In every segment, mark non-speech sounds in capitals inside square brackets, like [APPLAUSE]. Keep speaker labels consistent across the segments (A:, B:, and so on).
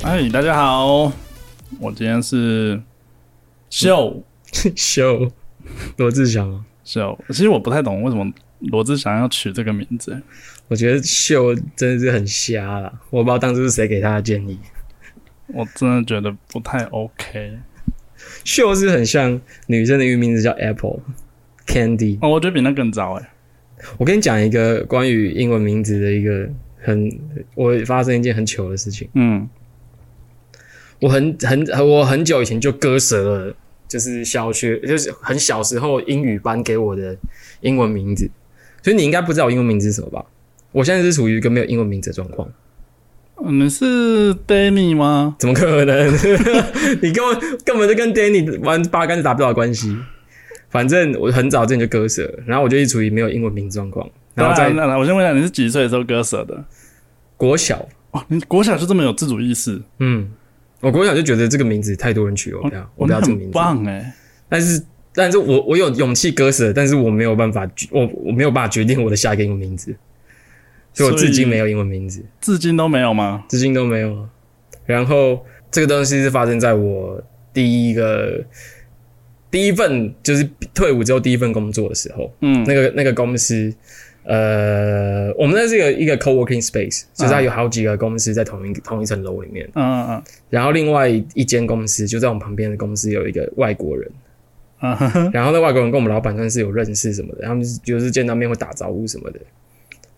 A: 嗨，哎大家好，我今天是秀
B: 秀罗志祥啊，
A: 秀，其实我不太懂为什么罗志祥要取这个名字、欸
B: 我觉得秀真的是很瞎啦，我不知道当初是谁给他的建议。
A: 我真的觉得不太 OK。
B: 秀是很像女生的英文名字叫 Apple Candy。
A: 哦，我觉得比那更糟哎、
B: 我跟你讲一个关于英文名字的一个很，我发生一件很糗的事情。
A: 嗯，
B: 我很很我很久以前就割舍了，就是小学就是很小时候英语班给我的英文名字，所以你应该不知道我英文名字是什么吧？我现在是处于一个没有英文名字的状况，
A: 嗯你是 Danny 吗？
B: 怎么可能？ [LAUGHS] 你根本根本就跟 Danny 玩八竿子打不着的关系。反正我很早之前就割舍了，然后我就一直处于没有英文名字状况，然后在
A: 那那我先问一下，你是几岁的时候割舍的？
B: 国小，
A: 哦，你国小就这么有自主意识，
B: 嗯，我国小就觉得这个名字太多人取了，我不要，我
A: 我
B: 不要
A: 们
B: 这个名
A: 很
B: 字。
A: 棒哎、
B: 但是，但是我我有勇气割舍，但是我没有办法，我我没有办法决定我的下一个英文名字，所以我至今没有英文名字，
A: 至今都没有吗？
B: 至今都没有啊。然后这个东西是发生在我第一个第一份就是退伍之后第一份工作的时候，
A: 嗯
B: 那个那个公司。呃，我们那是一个一个 co-working space，就是它有好几个公司在同一、同一层楼里面。
A: 嗯嗯
B: 然后另外一间公司就在我们旁边的公司有一个外国人，
A: 嗯嗯哼，
B: 然后那外国人跟我们老板算是有认识什么的，他们就是见到面会打招呼什么的。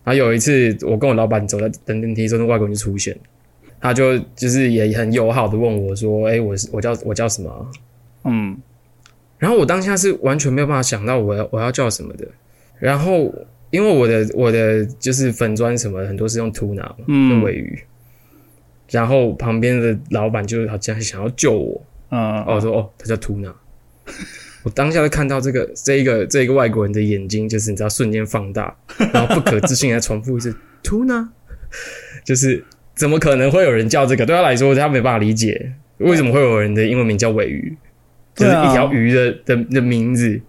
B: 然后有一次，我跟我老板走在等电梯的时候，那外国人就出现，他就就是也很友好的问我说：“哎、我是我叫我叫什么啊、
A: 嗯，
B: 然后我当下是完全没有办法想到我要我要叫什么的。然后因为我的我的就是粉砖什么的很多是用 tuna 嘛，
A: 嗯
B: 用尾鱼。然后旁边的老板就好像想要救我，
A: 嗯
B: 哦，我说哦，他叫图纳。我当下就看到这个这一个这一个外国人的眼睛，就是你知道瞬间放大，然后不可置信的重复一次图纳，就是怎么可能会有人叫这个？对他来说，他没办法理解为什么会有人的英文名叫尾鱼，就是
A: 对啊
B: 一条鱼的的的名字。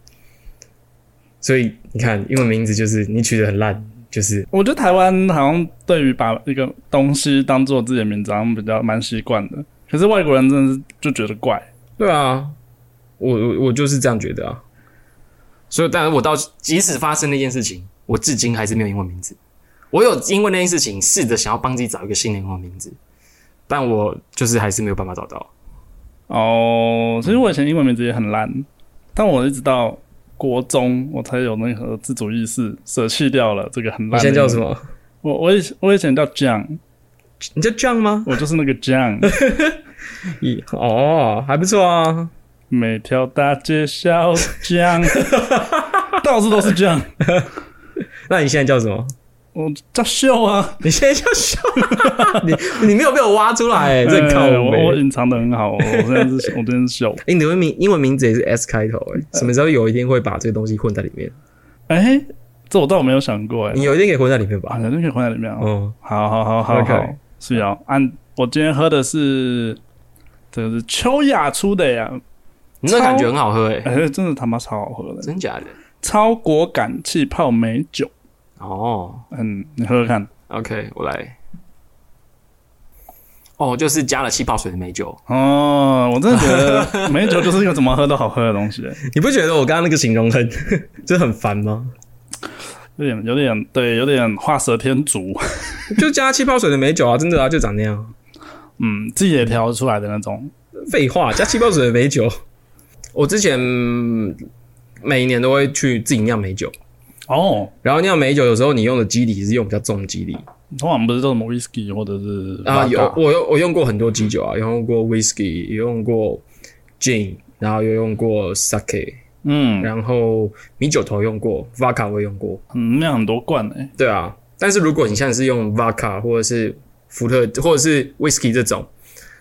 B: 所以你看，英文名字就是你取得很烂，就是
A: 我觉得台湾好像对于把一个东西当做自己的名字，好像比较蛮习惯的。可是外国人真的是就觉得怪，
B: 对啊，我我我就是这样觉得啊。所以，当然，我到即使发生那件事情，我至今还是没有英文名字。我有因为那件事情试着想要帮自己找一个新的英文名字，但我就是还是没有办法找到。
A: 哦，其实我以前英文名字也很烂，但我一直到国中我才有那个自主意识，舍弃掉了这个很
B: 你
A: 烂。
B: 现在叫什？么？
A: 我我以前我以前叫 John，
B: 你叫 John 吗？
A: 我就是那个 John，
B: 咦，哦，还不错啊。
A: 每条大街小巷 [LAUGHS] 到处都是
B: [LAUGHS]
A: John。
B: 那你现在叫什么？ [LAUGHS]
A: 我叫秀啊，
B: 你现在叫笑， [LAUGHS] 你你没有被我挖出来、欸，这靠
A: 呃我我
B: 背。
A: 隐藏的很好，我我现在是我真的是秀。
B: 哎、你的名英文名字也是 S 开头、欸，什么时候有一天会把这个东西混在里面？
A: 哎、这我倒没有想过哎、
B: 你有一天可以混在里面吧
A: 啊，？人家可以混在里面哦。
B: 哦，
A: 好好好好
B: OK
A: 好，是哦。按我今天喝的是，这个是秋雅出的呀，
B: 你那感觉很好喝哎、
A: 哎、真的他妈超好喝的，
B: 真假的？
A: 超果敢气泡美酒。
B: 哦
A: 嗯，你喝喝看。
B: ，OK，我来。哦，就是加了气泡水的美酒。
A: 哦，我真的觉得美酒就是一个怎么喝都好喝的东西， [LAUGHS]
B: 你不觉得我刚刚那个形容很 [LAUGHS] 就很烦吗？
A: 有点有点对，有点画蛇添足。 [LAUGHS]
B: 就加气泡水的美酒啊，真的啊，就长那样。
A: 嗯，自己也调出来的那种。
B: 废话，加气泡水的美酒。我之前嗯每年都会去自己酿美酒，
A: 哦，
B: 然后酿美酒有时候你用的基底是用比较重的基底
A: 通常不是都什么 whisky 或者是
B: 啊，
A: vodka
B: 有我用我用过很多基酒啊，有用过 whisky，有用过 gin，然后有用过 sake，
A: 嗯
B: 然后米酒头用过，vodka 我也用过，
A: 嗯，那样很多罐哎、
B: 对啊。但是如果你像是用 vodka 或者是伏特或者是 whisky 这种，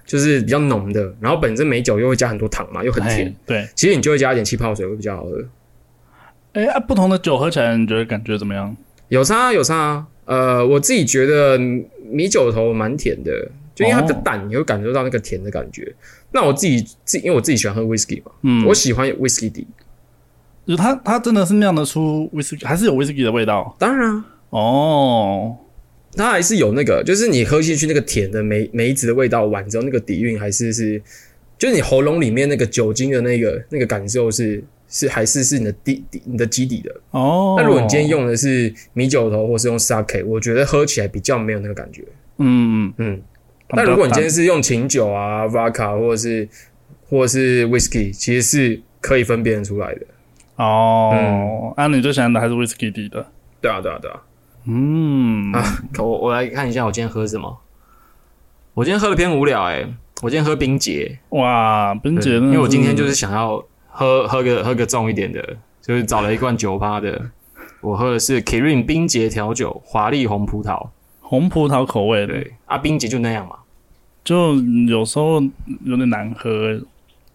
B: 就是比较浓的，然后本身美酒又会加很多糖嘛，又很甜，
A: 哎对，
B: 其实你就会加一点气泡水会比较好喝。
A: 哎、啊，不同的酒喝起来，你觉得感觉怎么样？
B: 有差啊有差啊，呃，我自己觉得米酒头蛮甜的，就因为它的
A: 哦
B: 淡，你会感受到那个甜的感觉。那我自己自因为我自己喜欢喝 whisky 嘛，
A: 嗯，
B: 我喜欢 whisky 底，
A: 就是它它真的是酿得出 whisky，还是有 whisky 的味道
B: 当然啊，
A: 哦。
B: 它还是有那个，就是你喝进去那个甜的梅梅子的味道完之后，那个底蕴还是是，就是你喉咙里面那个酒精的那个那个感受是是还是是你的底底你的基底的。
A: 哦，
B: 那如果你今天，用的是米酒头或是用 sake，我觉得喝起来比较没有那个感觉。
A: 嗯嗯，
B: 嗯，那如果你今天
A: 是
B: 是用琴酒啊、vodka 或者是或者是 whisky，其实是可以分辨得出来的。
C: 嗯
A: 哦，啊，你最喜欢的还是 whisky 底的，
B: 对啊，对啊，对啊。
A: 嗯，
C: 我我来看一下我今天喝什么。我今天喝的偏无聊哎、我今天喝冰杰，
A: 哇，冰姐，
C: 因为我今天就是想要喝喝个喝个重一点的，就是找了一罐酒趴的。我喝的是 Kirin 冰杰调酒，华丽红葡萄。
A: 红葡萄口味的，
C: 对，啊，冰杰就那样嘛。
A: 就有时候有点难喝，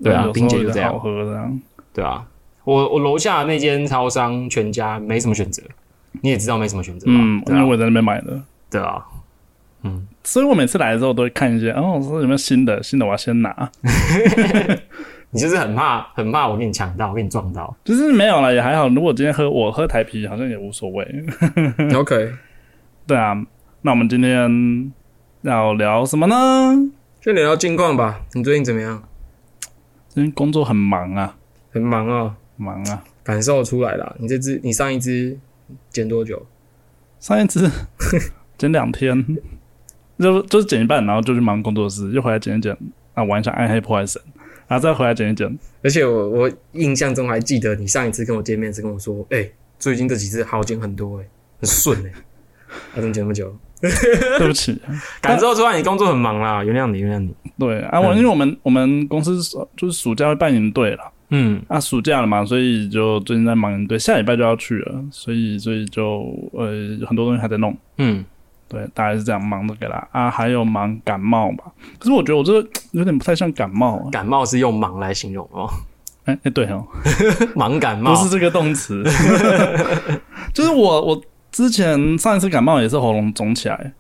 C: 对啊
A: 有时
C: 冰
A: 候
C: 姐就
A: 有
C: 这
A: 点
C: 样
A: 好喝这样，
C: 对啊，我我楼下那间超商全家没什么选择，你也知道没什么选择吧？
A: 嗯，因
C: 对
A: 为
C: 啊，
A: 我也在那边买的，
C: 对啊，
A: 所以我每次来的时候都会看一些，哦，说有没有新的，新的我要先拿，
C: 你就是很怕很怕我给你抢到，我给你撞
A: [LAUGHS]
C: 到。
A: 就是没有了也还好。如果今天喝我喝台啤好像也无所谓， [LAUGHS]
B: OK，
A: 对啊。那我们今天要聊什么呢？
B: 就聊聊近况吧。你最近怎么样？
A: 今天工作很忙啊，
B: 很忙哦，
A: 忙啊。
B: 感受出来啦。你这只，你上一只剪多久？
A: 上一次剪两天，就就是剪一半，然后就去忙工作室，又回来剪一剪啊，玩一下《暗黑破坏神》，然后再回来剪一剪。
B: 而且我我印象中还记得你上一次跟我见面是跟我说，哎、最近这几次好剪很多、欸，很顺哎、欸。 [LAUGHS] 啊，怎么剪那么久？
A: 对不起，
C: 感受出来你工作很忙啦，原谅你，原谅你。
A: 对啊，我
C: 嗯
A: 因为我们我们公司暑就是暑假会办营队了，
C: 嗯，
A: 啊，暑假了嘛，所以就最近在忙营队，下礼拜就要去了，所以所以就呃很多东西还在弄，
C: 嗯，
A: 对，大概是这样忙着给啦啊，还有忙感冒吧，可是我觉得我这个有点不太像感冒、啊，
C: 感冒是用忙来形容哦， [LAUGHS]
A: 哎、哎、对哦，
C: 忙感冒
A: 不是这个动词， [LAUGHS] 就是我我之前上一次感冒也是喉咙肿起来，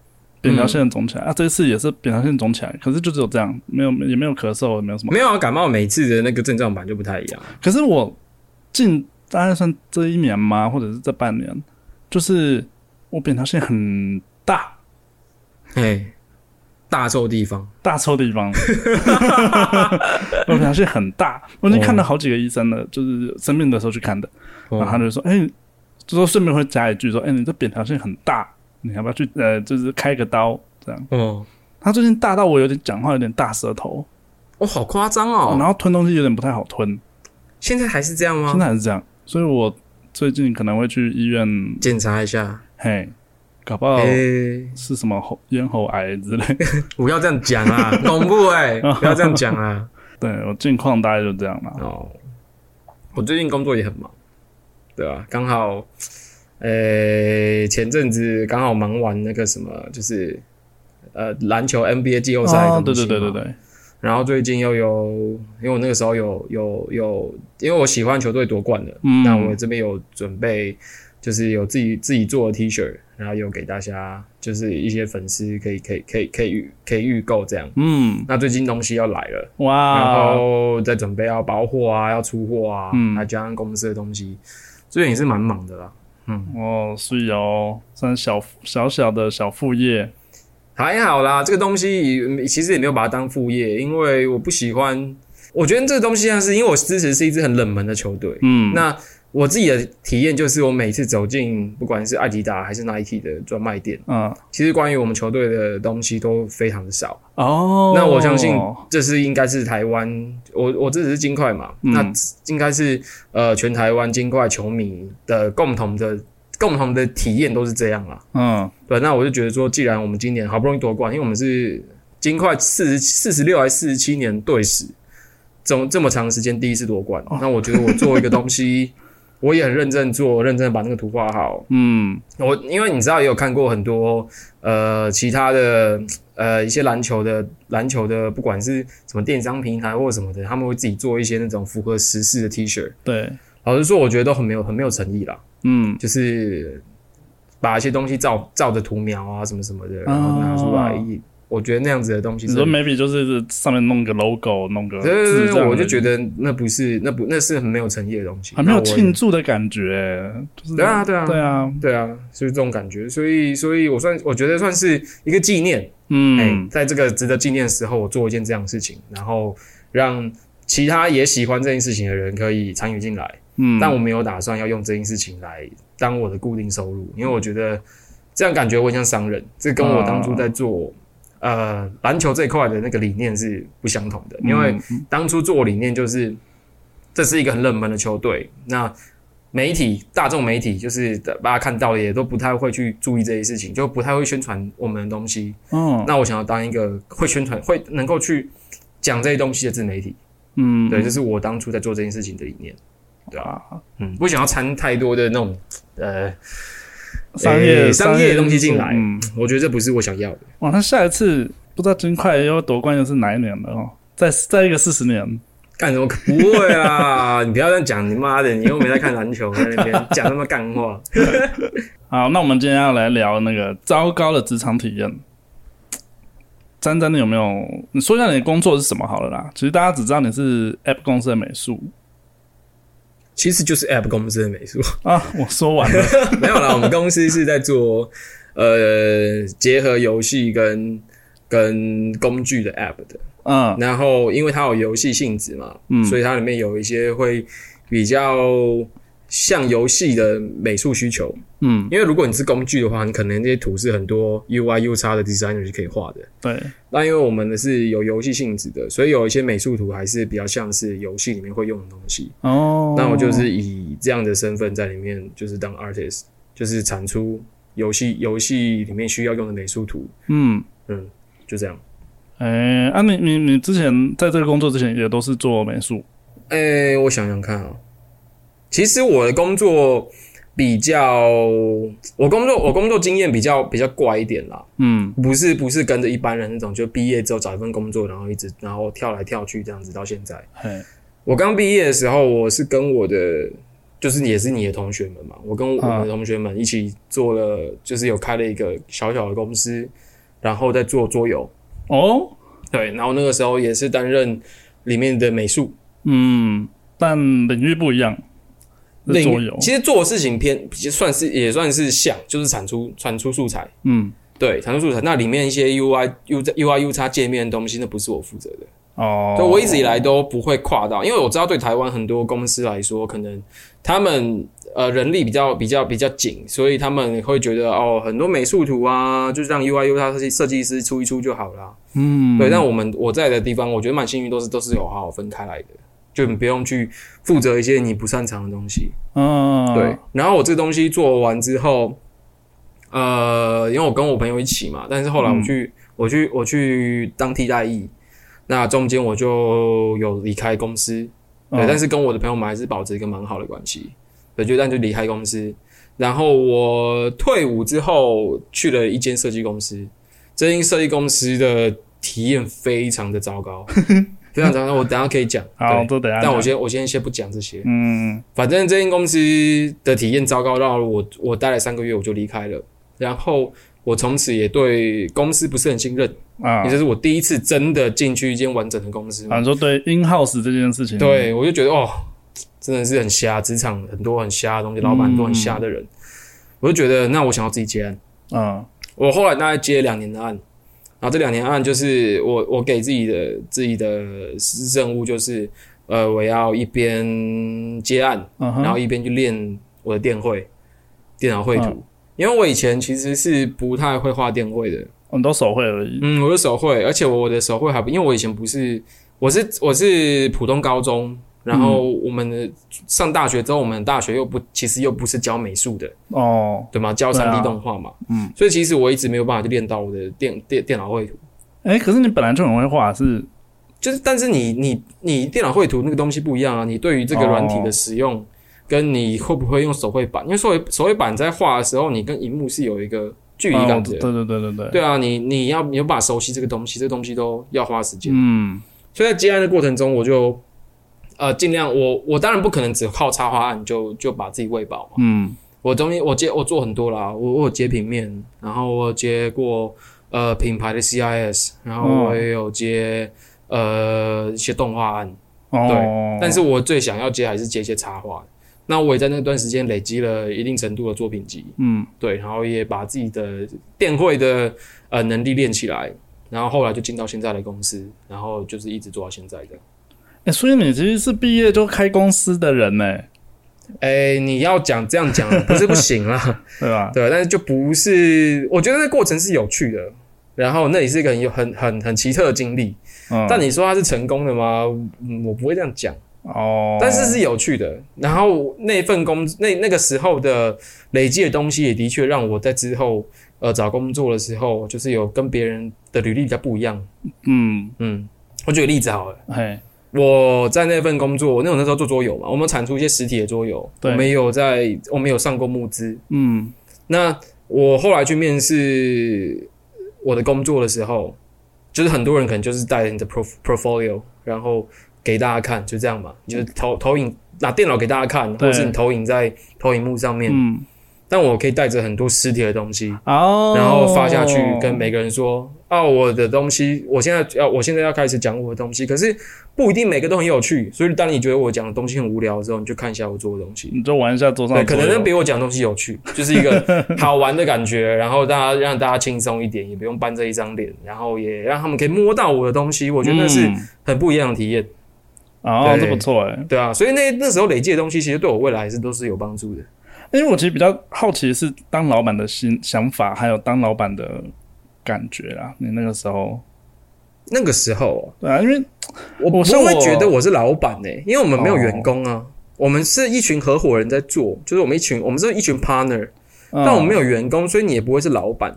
A: 扁桃腺肿起来、啊，这次也是扁桃腺肿起来，可是就只有这样，没有也没有咳嗽，也没有什么。
B: 没有啊，感冒每次的那个症状版就不太一样。
A: 可是我近大概算这一年吗，或者是这半年，就是我扁桃腺很大
B: 哎、大臭地方，
A: 大臭地方， [LAUGHS] 我扁桃腺很大，我已经看了好几个医生了，就是生病的时候去看的，
B: 哦
A: 然后他就说，哎、就说顺便会加一句说，哎、你这扁桃腺很大，你要不要去呃，就是开个刀这样。
B: 哦，
A: 他最近大到我有点讲话有点大舌头，
B: 哦，好夸张
A: 然
B: 哦！
A: 后吞东西有点不太好吞，
B: 现在还是这样
A: 现
B: 吗？
A: 在还是这样，所以我最近可能会去医院，
B: 检查一下。
A: 嘿，搞不好
B: 哎、
A: 是什么喉咽喉癌之类。
B: 不要这样讲啊， [LAUGHS] 恐怖哎、不要这样讲啊。
A: 对我近况大概就这样啦。
B: 哦，我最近工作也很忙，对啊，刚好，呃、前阵子刚好忙完那个什么，就是呃篮球 NBA 季后赛、
A: 哦，对对对对。对，
B: 然后最近又有，因为我那个时候有有有，因为我喜欢球队夺冠的，
A: 嗯
B: 那我这边有准备，就是有自己自己做的 T 恤，然后有给大家，就是一些粉丝可以可以可以可以预可以预购这样。
A: 嗯，
B: 那最近东西要来了。
A: 啊
B: 然
A: 哇，
B: 后再准备要包货啊，要出货啊，
A: 嗯
B: 还加上公司的东西，最近也是蛮忙的啦。
A: 哦，是哦，算小小小的小副业，
B: 还好啦，这个东西嗯其实也没有把它当副业，因为我不喜欢。我觉得这个东西像是因为我支持是一支很冷门的球队，
A: 嗯，
B: 那我自己的体验就是，我每次走进不管是艾迪达还是 Nike 的专卖店，
A: 嗯，
B: 其实关于我们球队的东西都非常的少。
A: 哦，
B: 那我相信这是应该是台湾，我我这只是金块嘛，
A: 嗯
B: 那应该是呃全台湾金块球迷的共同的共同的体验都是这样啦。
A: 嗯，
B: 对，那我就觉得说，既然我们今年好不容易夺冠，因为我们是金块四十四十六还四十七年队史，总这么长时间第一次夺冠，
A: 哦
B: 那我觉得我做一个
A: [LAUGHS]
B: 东西，我也很认真做，认真地把那个图画好，
A: 嗯，
B: 我因为你知道也有看过很多呃其他的呃一些篮球的篮球的，不管是什么电商平台或什么的，他们会自己做一些那种符合时事的 T 恤。
A: 对，
B: 老实说，我觉得都很没有很没有诚意啦，
A: 嗯，
B: 就是把一些东西照照着图描啊什么什么的，然后拿出来
A: 哦
B: 我觉得那样子的东西
A: 啊你
B: 是，
A: 说 maybe 就是上面弄个 logo，弄个
B: 对对
A: 字这
B: 对
A: 样
B: 对，
A: 而已，
B: 我就觉得那不是那不那是很没有诚意的东西，
A: 还没有
B: 那我
A: 庆祝的感觉，就是
B: 对啊对啊
A: 对啊，
B: 对啊，就是这种感觉，所以所以我算我觉得算是一个纪念，哎、
A: 嗯，
B: 在这个值得纪念的时候，我做一件这样的事情，然后让其他也喜欢这件事情的人可以参与进来。
A: 嗯，
B: 哎但我没有打算要用这件事情来当我的固定收入，因为我觉得这样感觉我很像商人，这跟我当初在
A: 哦
B: 做、呃篮球这一块的那个理念是不相同的。因为
A: 嗯
B: 当初做理念就是这是一个很冷门的球队，那媒体大众媒体就是大家看到了也都不太会去注意这些事情，就不太会宣传我们的东西。
A: 嗯
B: 那我想要当一个会宣传、会能够去讲这些东西的自媒体，
A: 嗯，
B: 对，这是我当初在做这件事情的理念。
A: 对啊，
B: 嗯，不想要掺太多的那种呃，
A: 商业
B: 诶哎商业的东西进来
A: 嗯，
B: 我觉得这不是我想要的。
A: 哇，那下一次不知道金块要夺冠又是哪一年了哦？再再一个四十年，
B: 干 [LAUGHS] 什么？不会啊！你不要这样讲，你妈的，你又没在看篮球，在那边讲那么干话。
A: 好，那我们今天要来聊那个糟糕的职场体验。詹詹，你有没有？你说一下你的工作是什么好了啦。其实大家只知道你是 App 公司的美术
B: [LAUGHS] 其实就是 App 公司的美术，
A: 啊。我说完
B: [LAUGHS]
A: 了，
B: 没有啦，我们公司是在做呃结合游戏跟跟工具的 App 的。
A: 嗯
B: 然后因为它有游戏性质嘛，
A: 嗯
B: 所以它里面有一些会比较像游戏的美术需求。
A: 嗯，
B: 因为如果你是工具的话，你可能那些图是很多 UI、U 叉的 designer 是可以画的。
A: 对，
B: 那因为我们的是有游戏性质的，所以有一些美术图还是比较像是游戏里面会用的东西。
A: 哦，
B: 那我就是以这样的身份在里面，就是当 artist，就是产出游戏游戏里面需要用的美术图，
A: 嗯，
B: 嗯，就这样。
A: 哎、啊你，你你之前在这个工作之前也都是做美术，
B: 哎、我想想看啊、其实我的工作比较，我工作我工作经验比较比较怪一点啦。
A: 嗯
B: 不是不是跟着一般人那种，就毕业之后找一份工作，然后一直然后跳来跳去这样子到现在。
A: 嘿，
B: 我刚毕业的时候，我是跟我的就是也是你的同学们嘛，我跟我们的同学们一起做了，就是有开了一个小小的公司，然后在做桌游。
A: 哦，
B: 对，然后那个时候也是担任里面的美术
A: 嗯，但领域不一样，是
B: 领
A: 桌
B: 域
A: 游，
B: 其实做的事情偏其实算是也算是像，就是产出产出素材。
A: 嗯，
B: 对，产出素材，那里面一些 UI、U UI、U 叉界面的东西，那不是我负责的。
A: 哦，
B: 对，我一直以来都不会跨到，因为我知道对台湾很多公司来说，可能他们呃人力比较比较比较紧，所以他们会觉得哦，很多美术图啊，就是让 UI U 他设计设计师出一出就好啦。
A: 嗯，
B: 对，但我们我在的地方，我觉得蛮幸运，都是都是有好好分开来的，就你不用去负责一些你不擅长的东西。
A: 嗯，
B: 对，，然后我这个东西做完之后，呃，因为我跟我朋友一起嘛，但是后来
A: 嗯
B: 我去、我去我去当替代役，那中间我就有离开公司，对，但
A: 是
B: 是跟我的朋友们还是保持一个蛮好的关系，对，就但就离开公司，然后我退伍之后去了一间设计公司，这间设计公司的体验非常的
A: [LAUGHS]
B: 糟糕，非常糟糕，我等一下可以讲，
A: 好，这
B: 对，
A: 等一下讲，
B: 但我先我先先不讲这些，
A: 嗯
B: 反正这间公司的体验糟糕到我，我待了三个月我就离开了，然后我从此也对公司不是很信任，
A: 啊
B: 也，就是我第一次真的进去一间完整的公司嘛，
A: 啊，你说对 in house 这件事情，
B: 对我就觉得哦，真的是很瞎，职场很多很瞎的东西，老板都很瞎的人，我就觉得那我想要自己接案，
A: 嗯，
B: 我后来大概接了两年的案，然后这两年案就是我我给自己的自己的任务就是，呃，我要一边接案，
A: 嗯哼，
B: 然后一边去练我的电绘、电脑绘图。
A: 嗯
B: 因为我以前其实是不太会画电绘的，
A: 我们哦都手绘而已，
B: 嗯，我的手绘，而且我的手绘还不，因为我以前不是，我是我是普通高中，然后
A: 嗯
B: 我们的、上大学之后，我们大学又不，其实又不是教美术的，
A: 哦，
B: 对吗？教
A: 对
B: 三
A: 啊
B: D 动画嘛，
A: 嗯，
B: 所以其实我一直没有办法去练到我的电电电脑绘图，
A: 哎，可是你本来就很会画，是，
B: 就是但是你你你电脑绘图那个东西不一样啊，你对于这个软体的使用，跟你会不会用手绘板，因为手绘手绘板在画的时候，你跟荧幕是有一个距离
A: 啊
B: 感
A: 我
B: 的。
A: 对对对对对，
B: 对啊，你你要你要把熟悉这个东西，这个东西都要花时间。
A: 嗯
B: 所以在接案的过程中，我就呃尽量我我当然不可能只靠插花案就就把自己喂饱嘛。
A: 嗯
B: 我中间我接我做很多啦，我我有接平面，然后我有接过呃品牌的 CIS，然后
A: 嗯
B: 我也有接、呃一些动画案，
A: 哦，
B: 但是我最想要接还是接一些插画。那我也在那段时间累积了一定程度的作品集，
A: 嗯
B: 对，然后也把自己的电绘的呃能力练起来，然后后来就进到现在的公司，然后就是一直做到现在这样。
A: 哎、所以你其实是毕业就开公司的人呢、
B: [LAUGHS] 哎，你要讲这样讲不是不行啦，
A: 对吧？
B: 对，但是就不是，我觉得那过程是有趣的，然后那也是一个很有很很很奇特的经历。
A: 嗯，
B: 但你说它是成功的吗？嗯我不会这样讲，
A: 哦，
B: 但是是有趣的。然后那份工那那个时候的累积的东西，也的确让我在之后呃找工作的时候，就是有跟别人的履历比较不一样。
A: 嗯，
B: 嗯，我举个例子好了。
A: 嘿，
B: 我在那份工作，那我那时候做桌游嘛，我们产出一些实体的桌游，我
A: 对
B: 们也有在，我们有上过募资。
A: 嗯
B: 那我后来去面试我的工作的时候，就是很多人可能就是带着你的 pro portfolio，然后给大家看，就这样嘛，
A: 嗯
B: 你就是投投影拿电脑给大家看，或
A: 对
B: 者是你投影在投影幕上面。
A: 嗯，
B: 但我可以带着很多实体的东西，
A: 哦，
B: 然后发下去跟每个人说：“啊，我的东西，我现在要，我现在要开始讲我的东西。”可是不一定每个都很有趣，所以当你觉得我讲的东西很无聊之后，你就看一下我做的东西。
A: 你就玩一下桌上
B: 对，
A: 的
B: 可
A: 桌游，
B: 能那比我讲的东西有趣， [LAUGHS] 就是一个好玩的感觉，然后大家让大家轻松一点，也不用搬这一张脸，然后也让他们可以摸到我的东西，我
A: 我
B: 觉得那是很不一样的体验，
A: 嗯哦，这
B: 对
A: 不错哎、
B: 对啊，所以那那时候累积的东西，其实对我未来还是都是有帮助的。
A: 因为我其实比较好奇的是当老板的心想法，还有当老板的感觉啦。你那个时候，
B: 那个时候
A: 对啊，因为
B: 我不
A: 我像
B: 会
A: 我
B: 觉得我是老板呢、因为我们没有员工啊，我们是一群合伙人在做，就是我们一群，我们是一群 partner，但我们没
A: 有，
B: 有员工，所以你也不会是老板。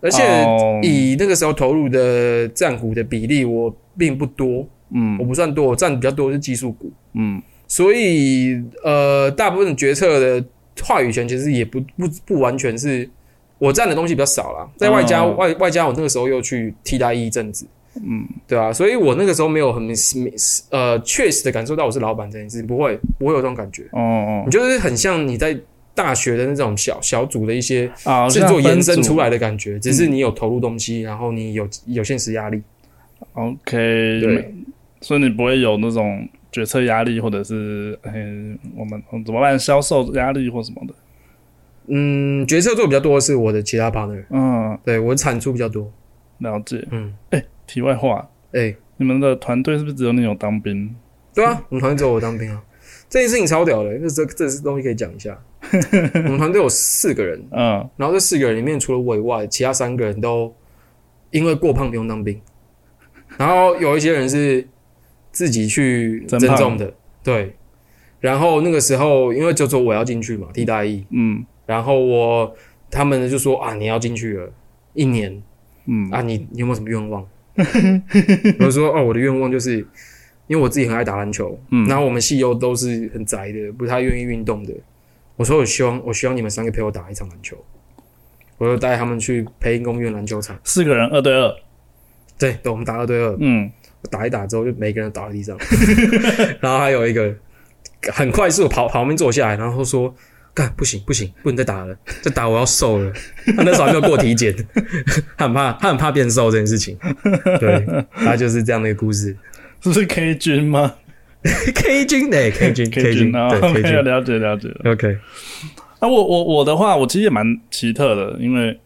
B: 而且
A: 哦
B: 以那个时候投入的占股的比例，我并不多，我
A: 嗯
B: 不算多，我占比较多的是技术股，
A: 嗯，
B: 所以呃，大部分决策的话语权其实也不不不完全是我占的东西比较少啦，在外加、
A: 嗯
B: 外外加我那个时候又去替代一阵子，
A: 嗯，
B: 对啊，所以我那个时候没有很呃确实的感受到我是老板这件事，不会不会有这种感觉，
A: 哦哦
B: 你就是很像你在大学的那种小小组的一些
A: 啊，
B: 制作延伸出来
A: 的。
B: 的感觉，只是
A: 嗯
B: 你有投入东西，然后你有有现实压力，
A: OK，
B: 对，
A: 所以你不会有那种决策压力，或者是嗯，我们我们怎么办销售压力或什么的。
B: 嗯，决策做比较多的是我的其他 partner，
A: 嗯，
B: 对我产出比较多，
A: 了解。
B: 嗯，
A: 题外话，
B: 哎、
A: 你们的团队是不是只有你有当兵？
B: 对啊，我们团队只有我当兵啊，这件事情超屌的，这这这东西可以讲一下。我们团队有四个人，
A: 嗯，
B: 然后这四个人里面除了我以外，其他三个人都因为过胖不用当兵，然后有一些人是自己去
A: 增
B: 增
A: 胖
B: 重的，对。然后那个时候，因为就说我要进去嘛，替代役，
A: 嗯
B: 然后我他们就说啊，你要进去了，一年
A: 嗯
B: 啊，你你有没有什么愿望？ [LAUGHS] 我就说哦，我的愿望就是，因为我自己很爱打篮球，
A: 嗯
B: 然后我们系又都是很宅的，不太愿意运动的。我说我希望我希望你们三个陪我打一场篮球，我就带他们去培英公园篮球场，
A: 四个人二对二。
B: 对，对，我们打二对二，
A: 嗯，
B: 打一打之后就每个人倒在地上， [LAUGHS] 然后还有一个很快速地跑跑旁边坐下来，然后说。干不行不行，不能再打了，再打我要瘦了。他那时候还没有过体检， [LAUGHS] 他很怕他很怕变瘦这件事情。对，他就是这样的一个故事。
A: 是不是 K 军吗
B: K 君哎、k 君
A: ？K 军啊
B: 对 K
A: ，OK，
B: 君
A: 了解了解。
B: ，OK，
A: 啊，我我我的话，我其实也蛮奇特的，因为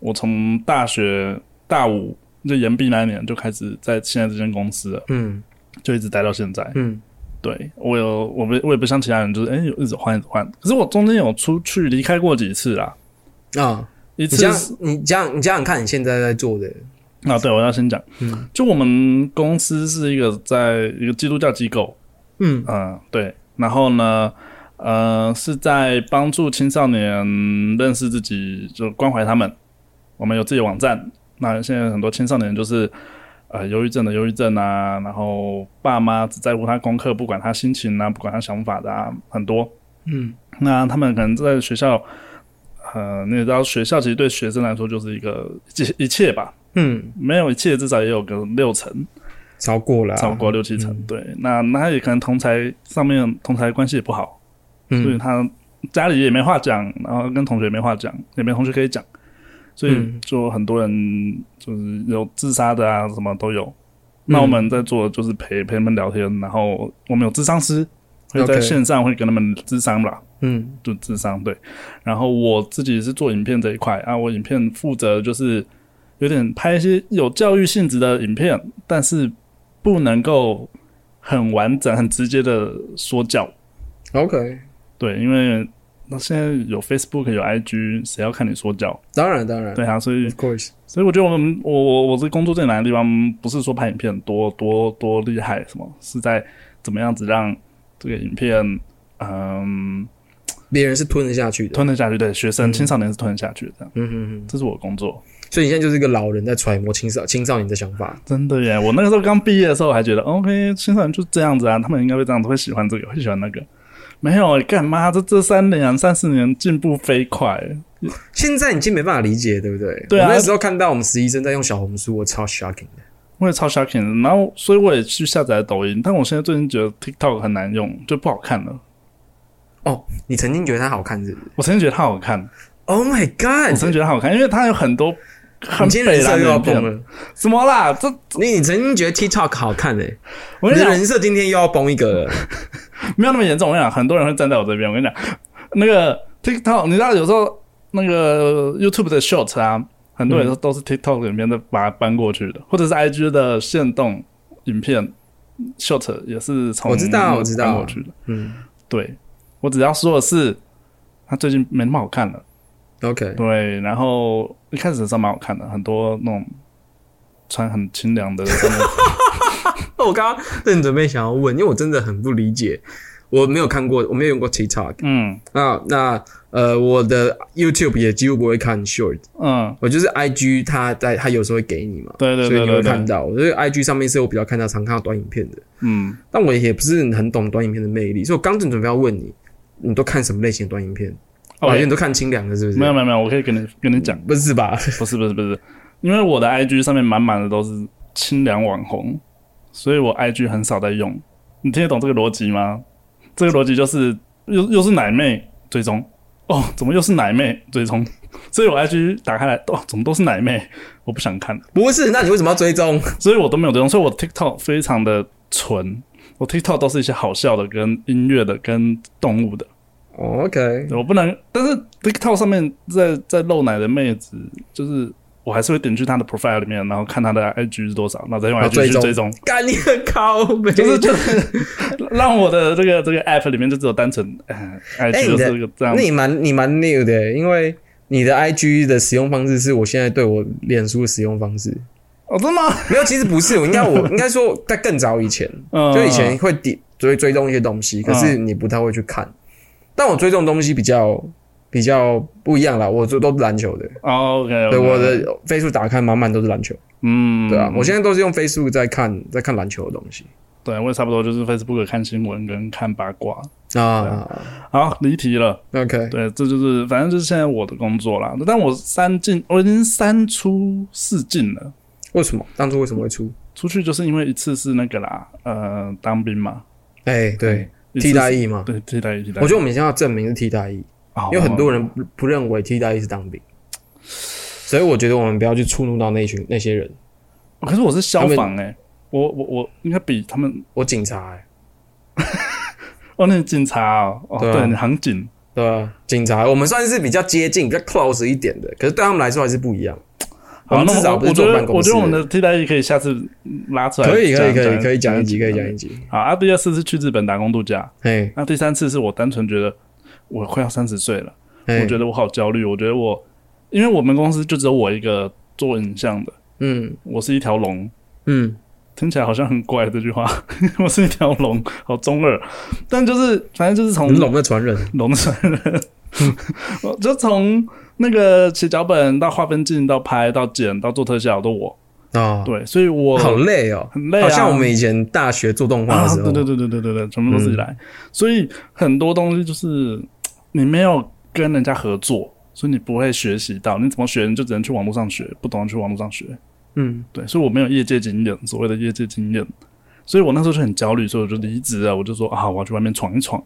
A: 我从大学大五就研毕那一年就开始在现在这间公司了，
B: 嗯
A: 就一直待到现在。
B: 嗯
A: 对我有，我不我也不像其他人，就是哎、有一直换一直换。可是我中间有出去离开过几次啦，
B: 啊，
A: 一
B: 你
A: 次
B: 想
A: 是
B: 你想你想想看，你现在在做的，
A: 啊，对我要先讲，
B: 嗯
A: 就我们公司是一个在一个基督教机构，
B: 嗯
A: 嗯，对，然后呢，呃，是在帮助青少年认识自己，就关怀他们。我们有自己的网站，那现在很多青少年就是呃，忧郁症的忧郁症啊，然后爸妈只在乎他功课，不管他心情啊，不管他想法的啊，很多。
B: 嗯
A: 那他们可能在学校，呃，你也知道，学校其实对学生来说就是一个一切一切吧，
B: 嗯，
A: 没有一切至少也有个六成。
B: 超过了啊，
A: 超过六七成。对，那那他也可能同才上面同才关系也不好，所以
B: 嗯
A: 他家里也没话讲，然后跟同学也没话讲，也没同学可以讲。所以
B: 嗯
A: 就很多人就是有自杀的啊，什么都有。
B: 嗯
A: 那我们在做的就是陪陪他们聊天，然后我们有智商师会在
B: OK
A: 线上会跟他们智商啦，
B: 嗯
A: 就智商对。然后我自己是做影片这一块啊，我影片负责就是有点拍一些有教育性质的影片，但是不能够很完整、很直接的说教。
B: ，OK，
A: 对，因为那现在有 Facebook 有 IG，谁要看你说教？
B: 当然当然
A: 对啊，所以
B: ，Of course，
A: 所以我觉得我们我我我这工作最难的地方，不是说拍影片多多多厉害什么，是在怎么样子让这个影片嗯
B: 别人是吞得下去的。
A: 吞得下去，对学生
B: 嗯
A: 青少年是吞得下去的，这样
B: 嗯哼哼，
A: 这是我的工作。
B: 所以你现在就是一个老人在揣摩青少青少年的想法。
A: 真的耶！我那个时候刚毕业的时候，我还觉得 OK，青少年就这样子啊，他们应该会这样子，会喜欢这个，会喜欢那个。没有，干嘛？这这三年、三四年进步飞快，
B: 现在你已经没办法理解，对不对？
A: 对啊
B: 我那时候看到我们实习生在用小红书，我超 shocking 的。
A: 我也超 shocking 的。然后，所以我也去下载抖音，但我现在最近觉得 TikTok 很难用，就不好看了。
B: 你曾经觉得它好看是不是
A: 我曾经觉得它好看，
B: ？Oh my
A: 我曾
B: god！
A: 经觉得它好看，因为它有很多很
B: 你今天
A: 北
B: 人设
A: 蓝
B: 又要
A: 的
B: 崩
A: 片。
B: 了。
A: 什么啦？这
B: 你你曾经觉得 TikTok 好看诶、
A: 我
B: 你
A: 跟你
B: 的
A: 讲，
B: 人设今天又要崩一个了。
A: 没有那么严重。我跟你讲，很多人会站在我这边。我跟你讲， [LAUGHS] 那个 TikTok，你知道有时候那个 YouTube 的 Short 啊，很多人
B: 嗯
A: 都都是 TikTok 的影片再把它搬过去的，或者是 IG 的限动影片 Short 也是从
B: 我知道我知道
A: 搬过去的。
B: 嗯
A: 对，我只要说的是，它最近没那么好看了。 [LAUGHS]
B: ，OK，
A: 对，然后一开始的时候蛮好看的，很多那种穿很清凉的上面
B: 我刚刚正准备想要问，因为我真的很不理解，我没有看过，我没有用过 TikTok。
A: 嗯
B: 那那呃，我的 YouTube 也几乎不会看 Short，
A: 嗯，
B: 我就是 IG 它在它有时候会给你嘛，
A: 对对
B: 所以
A: 对
B: 你会
A: 对
B: 看
A: 对，
B: 到。所以 IG 上面是我比较看到常看到短影片的，
A: 嗯，
B: 但我也不是很懂短影片的魅力，所以我刚正准备要问你，你都看什么类型的短影片？
A: 哦
B: 哦，，你都看清凉的，是不是？
A: 没有没有没有，我可以跟你跟你讲，
B: 不是吧？ [LAUGHS]
A: 不是不是不是，因为我的 IG 上面满满的都是清凉网红，所以我 IG 很少在用。你听得懂这个逻辑吗？这个逻辑就是又又是奶妹追踪，哦，怎么又是奶妹追踪？所以我 IG 打开来，哦，怎么都是奶妹？我不想看。
B: 不是，那你为什么要追踪？
A: 所以我都没有追踪，所以我 TikTok 非常的纯，我 TikTok 都是一些好笑的、跟音乐的、跟动物的，
B: 哦，OK，
A: 我不能。但是 TikTok 上面在在露奶的妹子，就是我还是会点去她的 profile 里面，然后看她的 IG 是多少，然后再用
B: 哦
A: IG 去
B: 追踪
A: 追踪， [LAUGHS]
B: 干你个靠背！
A: 就是就是让我的这个这个 app 里面就只有单纯、呃、
B: 哎
A: IG
B: 你
A: 就
B: 的
A: 是一个这样
B: 那。你蛮你蛮 new 的，欸因为你的 IG 的使用方式是我现在对我脸书的使用方式。
A: 哦，真的吗？
B: 没有，其实不是，我应该我应该说在更早以前，
A: 嗯
B: 就以前会底追追踪一些东西，可是你不太会去看。但我追踪的东西比较比较不一样啦，我都都是篮球的，
A: 哦，OK，
B: 对我的飞速打开满满都是篮球，
A: 嗯，
B: 对啊，我现在都是用飞速在看在看篮球的东西
A: 对我也差不多就是 Facebook 看新闻跟看八卦。
B: 啊。
A: 好，离题了。
B: OK，
A: 对，这就是反正就是现在我的工作啦。但我三进，我已经三出四进了。
B: 为什么当初为什么会出？
A: 出去就是因为一次是那个啦，呃，当兵嘛，
B: 哎，对，
A: 一次
B: 替
A: 是
B: 代役嘛。
A: 对替代役替代役。
B: 我觉得我们现在要证明是替代役，
A: 哦
B: 因为很多人不不认为替代役是当兵，所以我觉得我们不要去触怒到那群那些人。
A: 哦可是我是消
B: 他
A: 防哎、我我我应该比他们
B: 我警察、欸，
A: 哦，那你警察哦，哦
B: 对
A: 对,、
B: 啊
A: 你航警，
B: 对啊，警察，我们算是比较接近、比较 close 一点的，可是对他们来说还是不一样。
A: 好，
B: 我们
A: 那
B: 至少
A: 我
B: 不是
A: 我
B: 坐
A: 觉
B: 办
A: 得
B: 公
A: 我
B: 室
A: 觉得我们的替代役可以下次嗯拉出来讲，
B: 可以，可以，可以，可以讲
A: 讲
B: 一集，可以讲一
A: 集。
B: 集。
A: 好，啊，第二次是去日本打工度假，
B: 嘿，
A: 那第三次是我单纯觉得我快要三十岁了。我
B: 嘿
A: 觉得我好焦虑，我觉得我，因为我们公司就只有我一个做影像的，
B: 嗯
A: 我是一条龙，
B: 嗯，
A: 听起来好像很怪这句话， [LAUGHS] 我是一条龙，好中二，但就是反正就是从
B: 你龙的传人，
A: 龙的传人，我就从那个写脚本到划分镜到拍到剪到做特效都我，
B: 啊，
A: 对，所以我
B: 好累哦，
A: 很累啊，
B: 好像我们以前大学做动画
A: 啊
B: 的时，候，
A: 对对对对对对对，全部都自己来，所以很多东西就是你没有跟人家合作，所以你不会学习到，你怎么学你就只能去网络上学，不懂的去网络上学。
B: 嗯，
A: 对，所以我没有业界经验，所谓的业界经验，所以我那时候就很焦虑，所以我就离职了，我就说啊，我要去外面闯一闯。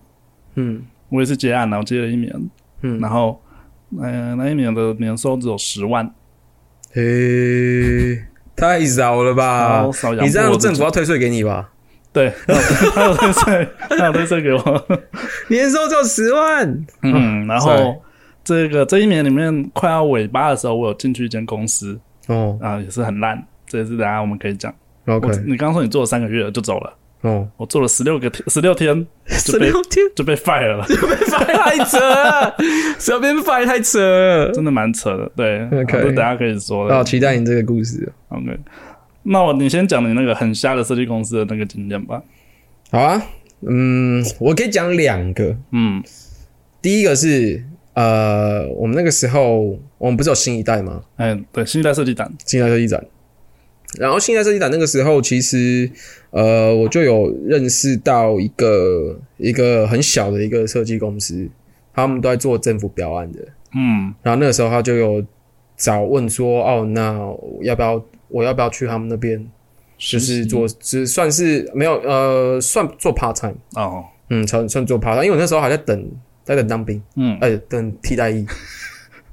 B: 嗯
A: 我也是接案，然后接了一年，
B: 嗯
A: 然后，呃，那一年的年收只有十万，
B: 嘿，太少了吧
A: 超少？养
B: 啊你这样
A: 过
B: 政府哦要退税给你吧？ [LAUGHS]
A: 对， [LAUGHS] 他有推荐，他有推荐给我。
B: 年收就十万，
A: 嗯，然
B: 帅
A: 后这个这一年里面快要尾巴的时候，我有进去一间公司
B: 哦
A: 啊，也是很烂，这也是等一下我们可以讲。我
B: ，OK，
A: 你刚说你做了三个月就走了，
B: 哦，
A: 我做了十六个十六天
B: 十
A: 被
B: 六
A: [LAUGHS]
B: 天
A: 就被 fire 了，
B: 发太扯了，十六天发太扯了。
A: 真的蛮扯的。对
B: OK
A: 这等一下可以说
B: 我好
A: 的。
B: 期待你这个故事。
A: OK，那我你先讲你那个很瞎的设计公司的那个经验吧。
B: 好啊，嗯，我可以讲两个。
A: 嗯
B: 第一个是呃，我们那个时候我们不是有新一代吗？
A: 哎，对，新一代设计展，
B: 新一代设计展。然后新一代设计展那个时候，其实呃，我就有认识到一个一个很小的一个设计公司，他们都在做政府标案的。
A: 嗯
B: 然后那个时候他就有找问说，哦，那我要不要我要不要去他们那边，就
A: 实
B: 是做，只算是没有呃，算做 part time，
A: 哦，
B: 嗯，算算做 part time，因为我那时候还在等，在等当兵。
A: 嗯
B: 哎、等替代役。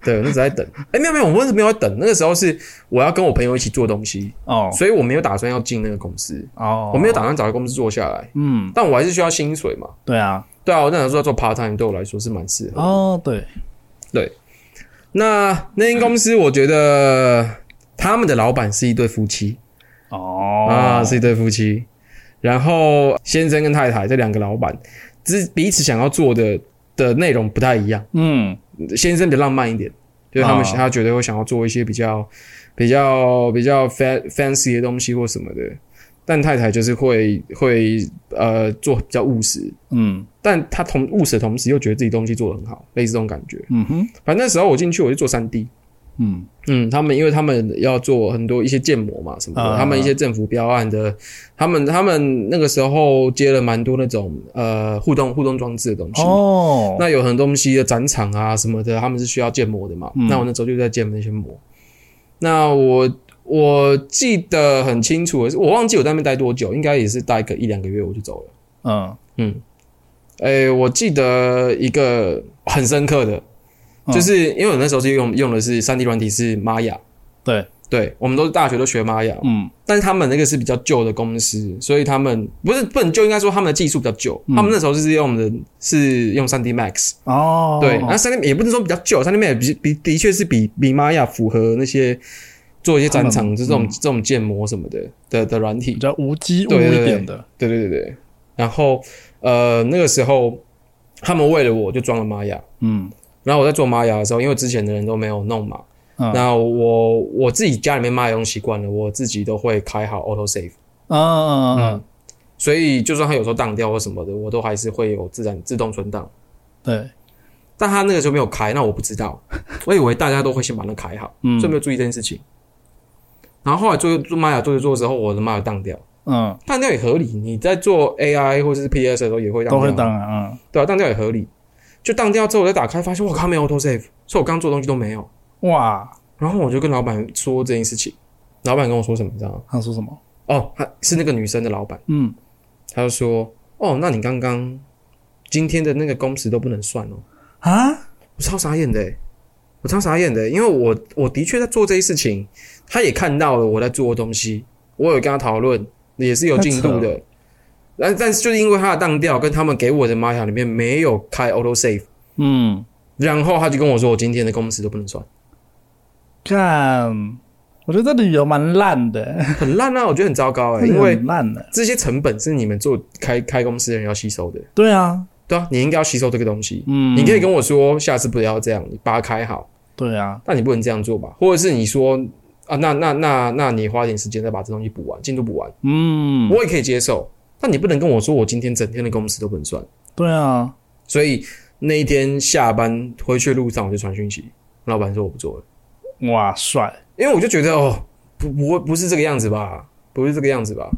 B: 对，我那时候在等。哎、没有没有，我那时候没有在等，那个时候是我要跟我朋友一起做东西，
A: 哦
B: 所以我没有打算要进那个公司，
A: 哦，
B: 我没有打算找个公司做下来，
A: 嗯，
B: 但我还是需要薪水嘛。
A: 对啊，
B: 对啊，我那时候做 part time 对我来说是蛮适合。
A: 哦对，
B: 那那间公司，我觉得他们的老板是一对夫妻、
A: 哦
B: 啊，是一对夫妻，然后先生跟太太这两个老板，只彼此想要做的的内容不太一样。
A: 嗯
B: 先生比较浪漫一点，就是他们、
A: 啊
B: 他觉得会想要做一些比较比较比较 fa- fancy 的东西或什么的，但太太就是会会呃做比较务实，
A: 嗯
B: 但他同务实的同时又觉得自己东西做得很好，类似这种感觉。
A: 嗯哼
B: 反正那时候我进去我就做三 D，
A: 嗯
B: 嗯，他们因为他们要做很多一些建模嘛什么的，
A: 啊
B: 他们一些政府标案的，他们他们那个时候接了蛮多那种呃互动互动装置的东西
A: 哦
B: 那有很多东西的展场啊什么的，他们是需要建模的嘛。
A: 嗯
B: 那我那时候就在建那些模。那我我记得很清楚的是，我忘记我在那边待多久，应该也是待个一两个月我就走了。
A: 嗯
B: 嗯，哎、我记得一个很深刻的，
A: 嗯
B: 就是因为我那时候是用用的是三 D 软体是玛雅，
A: 对
B: 对我们都是大学都学玛雅，
A: 嗯
B: 但是他们那个是比较旧的公司，所以他们不是不能就应该说他们的技术比较旧，
A: 嗯
B: 他们那时候是用的是用三 D Max。
A: 哦
B: 对，那三 D 也不能说比较旧，三 D 也比比的确是比比玛雅符合那些做一些展
A: 他
B: 场
A: 们
B: 这种、
A: 嗯
B: 这种建模什么的的的软体
A: 比。较无机物
B: 对对
A: 一点的
B: 对对对对。然后呃那个时候他们为了我就装了玛雅，
A: 嗯
B: 然后我在做玛雅的时候，因为之前的人都没有弄嘛，
A: 嗯
B: 那我我自己家里面玛雅用习惯了，我自己都会开好 Auto Save，
A: 嗯嗯
B: 所以就算它有时候当掉或什么的，我都还是会有自然自动存档。
A: 对
B: 但他那个时候没有开，那我不知
A: [LAUGHS]
B: 道，我以为大家都会先把那开好。
A: 嗯
B: 所以没有注意这件事情。然后后来做做玛雅做着做的时候，我的玛雅当掉，
A: 嗯
B: 当掉也合理。你在做 AI 或者是 PS 的时候也会当
A: 都
B: 掉，
A: 会当啊嗯
B: 对啊，当掉也合理。就当掉之后，我再打开发现我靠没有 auto save，所以我刚做的东西都没有。
A: 哇
B: 然后我就跟老板说这件事情，老板跟我说什么，你知道吗？
A: 他说什么
B: 哦，他是那个女生的老板，
A: 嗯
B: 他就说，哦，那你刚刚今天的那个工时都不能算哦。
A: 啊
B: 我超傻眼的欸、我超傻眼的欸、因为我我的确在做这些事情，他也看到了我在做的东西，我有跟他讨论，也是有进度
A: 太扯
B: 的。但但是就是因为他的当调跟他们给我的玛雅里面没有开 auto save，
A: 嗯
B: 然后他就跟我说我今天的工时都不能算，
A: 干。我觉得这理由蛮烂的，
B: 很烂啊，我觉得很糟糕哎、
A: 这理
B: 因
A: 由 [LAUGHS]
B: 为
A: 很烂的，
B: 这些成本是你们做开开公司的人要吸收的，
A: 对啊，
B: 对啊，你应该要吸收这个东西。
A: 嗯，
B: 你可以跟我说下次不要这样，你把它开好。
A: 对啊，
B: 那你不能这样做吧？或者是你说啊，那那那那你花点时间再把这东西补完，进度补完，
A: 嗯，
B: 我也可以接受。但你不能跟我说我今天整天的工时都不能算。
A: 对啊，
B: 所以那一天下班回去的路上，我就传讯息，老板说我不做了，
A: 嗯哇帅，
B: 因为我就觉得哦，不不会不是这个样子吧，不是这个样子吧，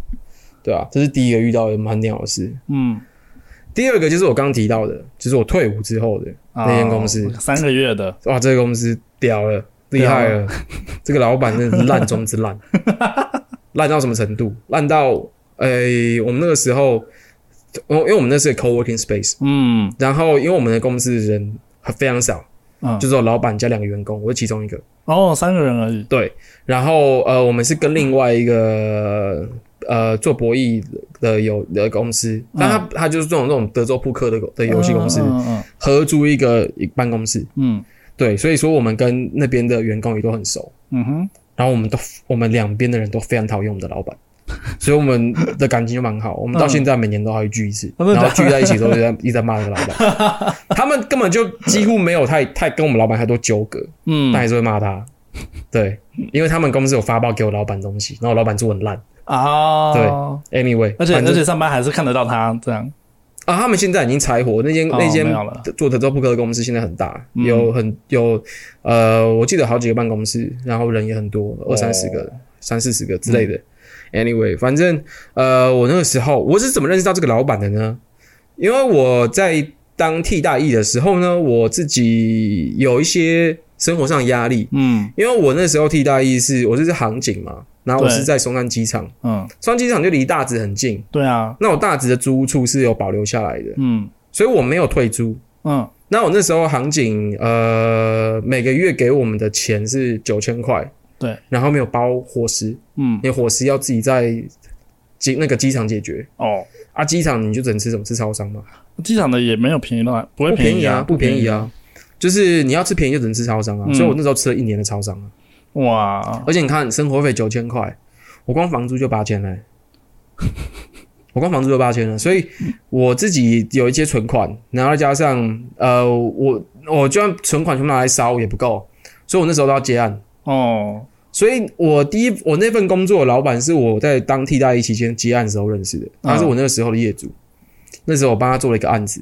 B: 对啊，这是第一个遇到的蛮鸟的事。
A: 嗯，
B: 第二个就是我刚提到的，就是我退伍之后的
A: 啊
B: 那间公司
A: 三个月的，
B: 哇，这个公司屌了，厉害了， [LAUGHS] 这个老板真的是烂中之烂，烂到什么程度？烂到诶、我们那个时候，我因为我们那是 co-working space，
A: 嗯
B: 然后因为我们的公司人非常少，
A: 嗯，
B: 就是有老板加两个员工，我是其中一个，
A: 哦，三个人而已，
B: 对，然后呃，我们是跟另外一个呃做博弈的有的公司，但他他就是这种这种德州扑克的的游戏公司
A: 嗯嗯
B: 合租一个办公室，
A: 嗯
B: 对，所以说我们跟那边的员工也都很熟，
A: 嗯哼，
B: 然后我们都我们两边的人都非常讨厌我们的老板，所以我们的感情就蛮好，我们到现在每年都还会聚一次，
A: 嗯哦真的
B: 然后
A: 假
B: 聚在一起都在一直在骂那个老板，他们根本就几乎没有太太跟我们老板太多纠葛，
A: 嗯
B: 但还是会骂他。对，因为他们公司有发报给我老板东西，然后我老板做很烂。
A: 啊，
B: 对，Anyway，
A: 而且
B: 反正
A: 而且上班还是看得到他这样，
B: 啊，他们现在已经拆伙，那间、
A: 哦
B: 那间
A: 没有了
B: 做德州扑克的公司现在很大，
A: 嗯
B: 有很有呃，我记得好几个办公室，然后人也很多，二三十个、
A: 哦
B: 三四十个之类的。Anyway，反
A: 嗯
B: 正呃，我那个时候我是怎么认识到这个老板的呢？因为我在当替代役的时候呢，我自己有一些生活上的压力，
A: 嗯
B: 因为我那时候替代役是我就是航警嘛，然后我
A: 对
B: 是在松山机场，
A: 嗯，
B: 松山机场就离大直很近，
A: 对啊，
B: 那我大直的租屋处是有保留下来的，
A: 嗯
B: 所以我没有退租。
A: 嗯
B: 那我那时候航警呃每个月给我们的钱是九千块，
A: 对，
B: 然后没有包伙食，
A: 嗯
B: 因为伙食要自己在机那个机场解决
A: 哦，
B: 啊，机场你就只能吃什么吃超商嘛，
A: 机场的也没有便宜到哪，不会
B: 不便
A: 宜
B: 宜啊，不便宜，啊，就是你要吃便宜就只能吃超商啊，
A: 嗯
B: 所以我那时候吃了一年的超商啊，
A: 哇，
B: 而且你看生活费九千块，我光房租就八千嘞。我光房租就八千了，所以我自己有一些存款，然后加上呃，我我就算存款全部拿来烧也不够，所以我那时候都要接案。
A: 哦，
B: 所以我第一我那份工作的老板是我在当替代役期间接案的时候认识的，他是我那个时候的业主。那时候我帮他做了一个案子，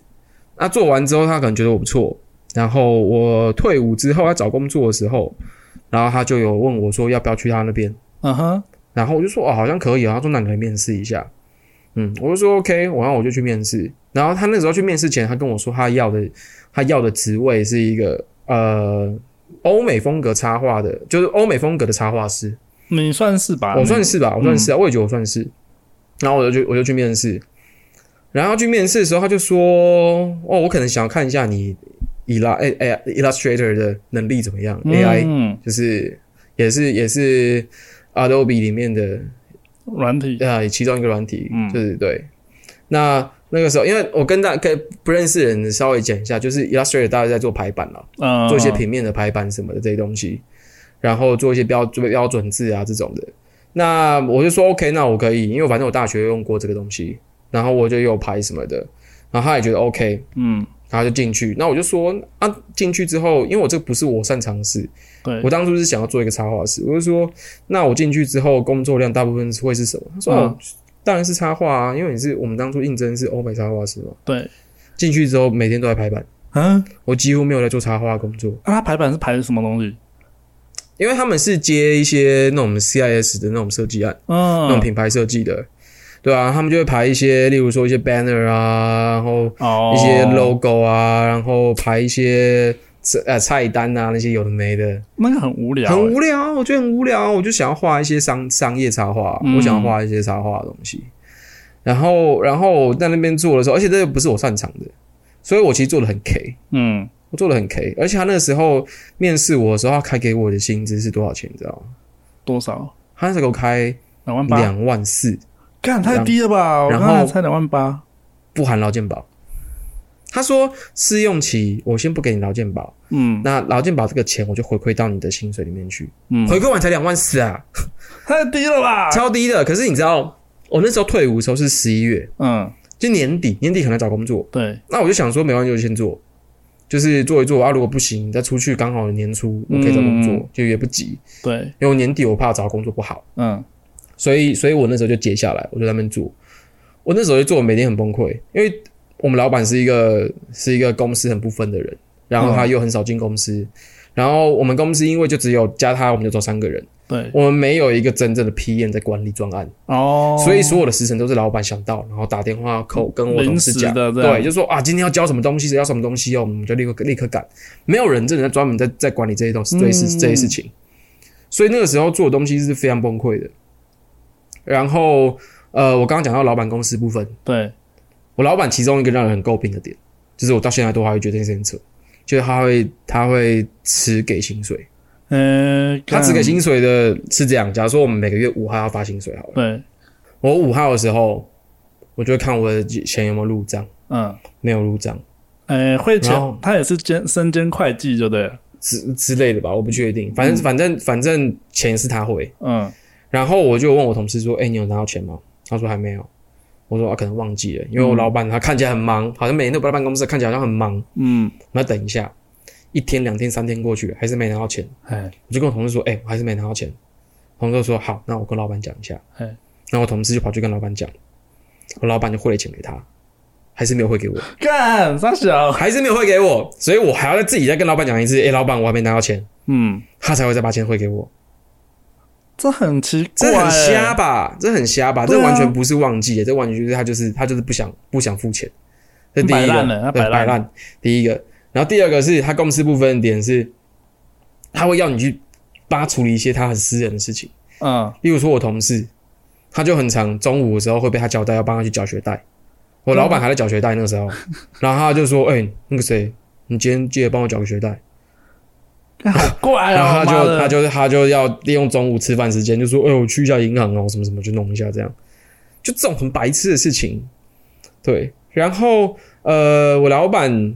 B: 那做完之后他可能觉得我不错，然后我退伍之后他找工作的时候，然后他就有问我说要不要去他那边，
A: 嗯哼，
B: 然后我就说哦好像可以啊，他说那你来面试一下，嗯，我就说 OK，然后我就去面试，然后他那时候去面试前他跟我说他要的他要的职位是一个呃欧美风格插画的，就是欧美风格的插画师，
A: 你算是吧，
B: 我
A: 你
B: 算是吧，我算是啊，我也觉得我算是。然后我就去，我就去面试，然后去面试的时候，他就说：“哦，我可能想要看一下你 Ill 哎哎 Illustrator 的能力怎么样、a i
A: 嗯
B: 就是也是也是 Adobe 里面的
A: 软体，
B: 呃其中一个软体，
A: 嗯
B: 就是对。那那个时候，因为我跟大跟不认识的人稍微讲一下，就是 Illustrator 大概在做排版了，
A: 嗯，
B: 做一些平面的排版什么的这些东西，然后做一些标标准字啊这种的。那我就说 OK，那我可以，因为反正我大学用过这个东西，然后我就有排什么的，然后他也觉得 OK，
A: 嗯，
B: 然后就进去。那我就说啊，进去之后，因为我这不是我擅长的事，
A: 对
B: 我，当初是想要做一个插画师，我就说那我进去之后工作量大部分会是什么？他
A: 嗯
B: 说、哦，当然是插画啊，因为你是我们当初应征是欧美插画师嘛。
A: 对，
B: 进去之后每天都在排版，
A: 嗯，
B: 我几乎没有在做插画工作。
A: 那它排版是排什么东西？
B: 因为他们是接一些那种 CIS 的那种设计案，那
A: 嗯，
B: 种品牌设计的，对啊，他们就会排一些，例如说一些 banner 啊，然后
A: 哦，
B: 一些 logo 啊，然后排一些菜呃菜单啊那些有的没的，
A: 那个很无聊欸，
B: 很无聊，啊我觉得很无聊，我就想要画一些商商业插画，啊
A: 嗯
B: 我想要画一些插画的东西。然后，然后在那边做的时候，而且这个不是我擅长的，所以我其实做的很 K，
A: 嗯，
B: 我做的很 K。而且他那个时候面试我的时候，他开给我的薪资是多少钱，你知道吗？
A: 多少？
B: 他那时候给我开
A: 两万八？
B: 两万四，
A: 干太低了吧！我
B: 然
A: 刚
B: 后
A: 才才两万八，
B: 不含劳健保。他说试用期我先不给你劳健保，
A: 嗯
B: 那劳健保这个钱我就回馈到你的薪水里面去，
A: 嗯，
B: 回馈完才两万四啊，
A: 太低了吧？
B: 超低的。可是你知道，我那时候退伍的时候是十一月，
A: 嗯，
B: 就年底，年底很难找工作，
A: 对，
B: 那我就想说没关系，就先做，就是做一做啊。如果不行，再出去刚好年初我可以找工作，
A: 嗯
B: 就也不急，
A: 对，
B: 因为我年底我怕找工作不好。
A: 嗯
B: 所以，所以我那时候就截下来，我就在那边做。我那时候就做，每天很崩溃，因为我们老板是一个是一个公司很不分的人，然后他又很少进公司，然后我们公司因为就只有加他，我们就走三个人，
A: 对，
B: 我们没有一个真正的 PM 在管理专案，
A: 哦，
B: 所以所有的时辰都是老板想到，然后打电话扣跟我同事
A: 临
B: 讲，
A: 时的这样
B: 对，就说啊，今天要交什么东西，谁要什么东西哦，我们就立刻立刻赶，没有人真的在专门在在管理这些东西、这些事、
A: 嗯
B: 这些事情，所以那个时候做的东西是非常崩溃的。然后呃，我刚刚讲到老板公司部分，
A: 对，
B: 我老板其中一个让人很诟病的点，就是我到现在都还会觉得这件事情扯，就是他会他会迟给薪水，
A: 呃，
B: 他只给
A: 干
B: 薪水的是这样，假如说我们每个月五号要发薪水好了，
A: 对，
B: 我五号的时候，我就会看我的钱有没有入账，
A: 嗯，
B: 没有入账
A: 呃，会
B: 然后
A: 前他也是兼身兼会计，就对了，
B: 之之类的吧，我不确定，反正、反正反正钱是他会。
A: 嗯
B: 然后我就问我同事说：“哎、你有拿到钱吗？”他说还没有。我说：“啊，可能忘记了，因为我老板他看起来很忙，好像每天都不在办公室，看起来好像很忙。
A: 嗯，
B: 那等一下，一天、两天、三天过去了，还是没拿到钱。
A: 哎，
B: 我就跟我同事说：“哎、我还是没拿到钱。”同事就说：“好，那我跟老板讲一下。”
A: 嘿
B: 然后我同事就跑去跟老板讲，我老板就汇了钱给他，还是没有汇给我，
A: 干傻小，
B: 还是没有汇给我，所以我还要再自己再跟老板讲一次：“哎、老板，我还没拿到钱。
A: 嗯，”
B: 他才会再把钱汇给我，
A: 这很奇怪，欸
B: 这很瞎吧？这很瞎吧？
A: 对啊
B: 这完全不是忘记，这完全就是他就是他就是不想不想付钱，这第一
A: 摆
B: 个
A: 烂了他
B: 对
A: 摆烂
B: 摆烂，第一个。然后第二个是他公司部分的点是，他会要你去帮他处理一些他很私人的事情。
A: 嗯，
B: 例如说，我同事他就很常中午的时候会被他交代要帮他去缴学贷，我老
A: 嗯
B: 板还在缴学贷那个时候，然后他就说：“哎、那个谁，你今天记得帮我缴个学贷。
A: 干好怪”
B: 然
A: 哦，
B: 后他
A: 妈
B: 就
A: 的
B: 他就他就要利用中午吃饭时间，就说：“哎、我去一下银行哦，什么什么，就弄一下这样。”就这种很白痴的事情，对。然后呃，我老板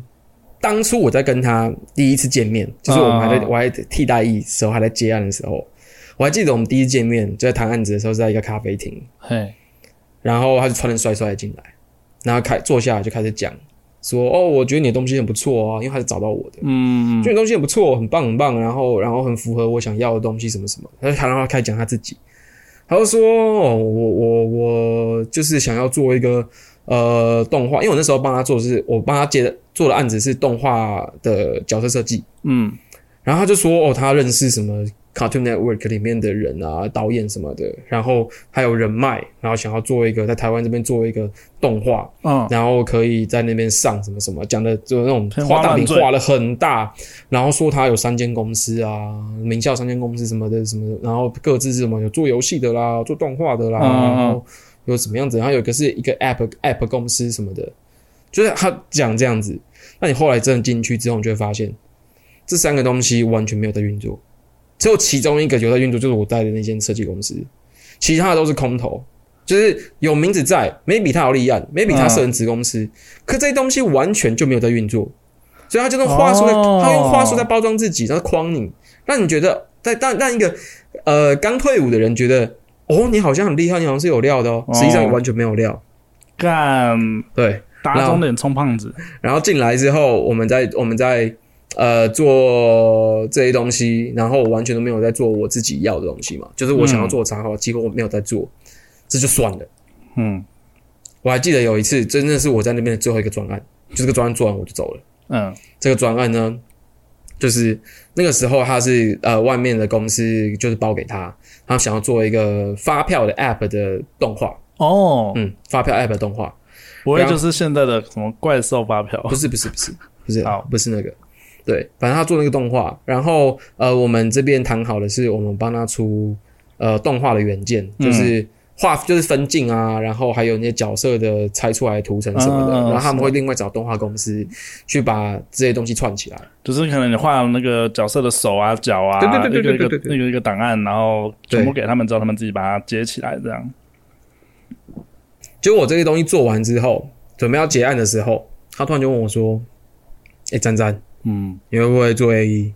B: 当初我在跟他第一次见面，就是我们还在、
A: 啊
B: 我还替代役时候还在接案的时候，我还记得我们第一次见面就在谈案子的时候是在一个咖啡厅，
A: 嘿，
B: 然后他就穿的帅帅的进来，然后开坐下来就开始讲说：“哦，我觉得你的东西很不错啊，因为他是找到我的，
A: 嗯
B: 觉得你的东西很不错，很棒很棒，然后然后很符合我想要的东西什么什么。”他就然后他开始讲他自己，他就说：“哦，我我我就是想要做一个呃动画，因为我那时候帮他做的是我帮他接的做的案子是动画的角色设计，
A: 嗯
B: 然后他就说，哦，他认识什么 Cartoon Network 里面的人啊，导演什么的，然后还有人脉，然后想要做一个在台湾这边做一个动画，
A: 嗯，
B: 然后可以在那边上什么什么，讲的就那种
A: 天花
B: 画
A: 乱
B: 大饼
A: 坠
B: 画了很大，然后说他有三间公司啊，名校三间公司什么的什么的，然后各自是什么有做游戏的啦，做动画的啦，
A: 嗯嗯嗯
B: 然后有什么样子，然后有一个是一个 app app 公司什么的，就是他讲这样子，那你后来真的进去之后，你就会发现这三个东西完全没有在运作，只有其中一个有在运作，就是我带的那间设计公司，其他的都是空头，就是有名字在，maybe 他有立案，maybe 他设人子公司，可这些东西完全就没有在运作，所以他就用话术在，
A: 哦
B: 他用话术在包装自己，然后框你，让你觉得，在让让一个呃刚退伍的人觉得，哦，你好像很厉害，你好像是有料的哦，
A: 哦
B: 实际上你完全没有料，
A: 干
B: 对。
A: 打肿脸充胖子，
B: 然后进来之后，我们在我们在呃做这些东西，然后我完全都没有在做我自己要的东西嘛，就是我想要做的插画，几乎我没有在做，这就算了。
A: 嗯
B: 我还记得有一次，真的是我在那边的最后一个专案，就这个专案做完我就走了。
A: 嗯
B: 这个专案呢，就是那个时候他是呃外面的公司就是包给他，他想要做一个发票的 app 的动画，
A: 哦，
B: 嗯，发票 app 的动画，
A: 不会
B: 然后
A: 就是现在的什么怪兽发票？ [LAUGHS]
B: 不是不是不是不是
A: 哦好
B: 不是那个，对，反正他做那个动画，然后呃，我们这边谈好的是我们帮他出呃动画的原件，就是画、就是分镜啊，然后还有那些角色的拆出来的图层什么的，
A: 嗯嗯嗯
B: 然后他们会另外找动画公司去把这些东西串起来。
A: 就是可能你画那个角色的手啊、脚啊，
B: 对对对对
A: 一个
B: 对
A: 一
B: 对
A: 个一个一个档案，然后
B: 对
A: 全部给他们之后，他们自己把它接起来，这样。
B: 结果我这些东西做完之后，准备要结案的时候，他突然就问我说：“哎、詹詹，
A: 嗯
B: 你会不会做 A E？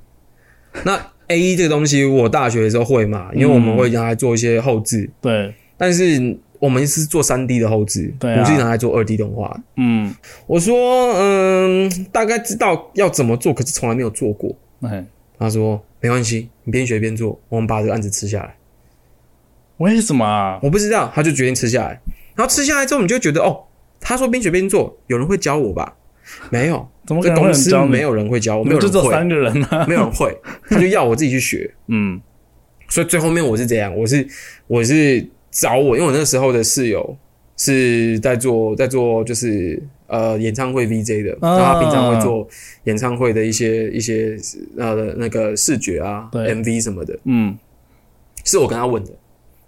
B: 那 A E 这个东西，我大学的时候会嘛，因为我们会拿来做一些后置。
A: 对，
B: 但是我们是做三 D 的后置，
A: 对啊
B: 不是拿来做二 D 动画。
A: 嗯，
B: 我说，嗯，大概知道要怎么做，可是从来没有做过。
A: 哎，
B: 他说没关系，你边学边做，我们把这个案子吃下来。
A: 为什么啊？
B: 我不知道，他就决定吃下来。然后吃下来之后，你就会觉得，哦，他说边学边做，有人会教我吧？没有，
A: 怎么可
B: 这
A: 能会有
B: 公
A: 人
B: 司
A: 教你？
B: 没，有人会教我，
A: 我
B: 没有
A: 们就
B: 人
A: 只有
B: 会，
A: 三个人啊。 [LAUGHS]
B: 没有人会，他就要我自己去学。
A: 嗯
B: 所以最后面我是怎样？我是我是找我，因为我那时候的室友是在做在做就是呃演唱会 VJ 的，
A: 啊
B: 然后他平常会做演唱会的一些一些呃那个视觉啊
A: 对
B: MV 什么的，
A: 嗯
B: 是我跟他问的，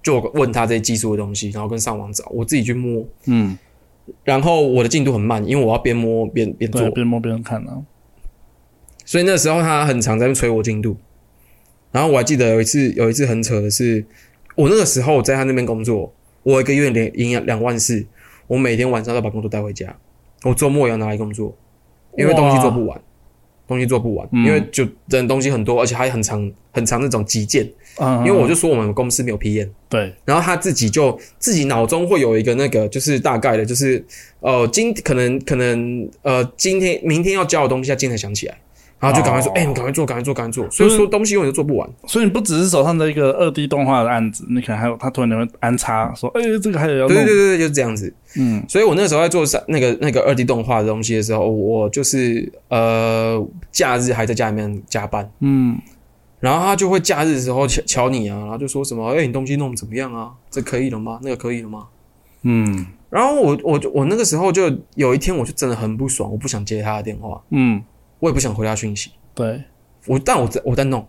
B: 就我问他这些技术的东西，然后跟上网找，我自己去摸。
A: 嗯，
B: 然后我的进度很慢，因为我要边摸边边做
A: 对，，边摸边看啊。
B: 所以那时候他很常在那边催我进度。然后我还记得有一次，有一次很扯的是，我那个时候在他那边工作，我一个月连赢两万四，我每天晚上都把工作带回家，我周末也要拿来工作，因为东西做不完，东西做不完，
A: 嗯
B: 因为就人东西很多，而且还很长很长那种急件，
A: 嗯，
B: 因为我就说我们公司没有 PM，
A: 对，
B: 然后他自己就自己脑中会有一个那个，就是大概的，就是呃，今可能可能呃，今天明天要交的东西，他今天才想起来，然后就赶快说，
A: 哦
B: 哎、你赶快做，赶快做，赶快做。所以说东西永远都做不完，
A: 所以你不只是手上的一个二 D 动画的案子，你可能还有他突然间会安插说，哎、这个还有要
B: 对
A: 弄，
B: 对对对，就是这样子。
A: 嗯，
B: 所以我那时候在做三那个那个二 D 动画的东西的时候，我就是呃，假日还在家里面加班，
A: 嗯
B: 然后他就会假日的时候瞧瞧你啊，然后就说什么，哎、你东西弄得怎么样啊？这可以了吗？那个可以了吗？
A: 嗯
B: 然后我我就我那个时候就有一天我就真的很不爽，我不想接他的电话，
A: 嗯，
B: 我也不想回他讯息，
A: 对，
B: 我但我在我在弄，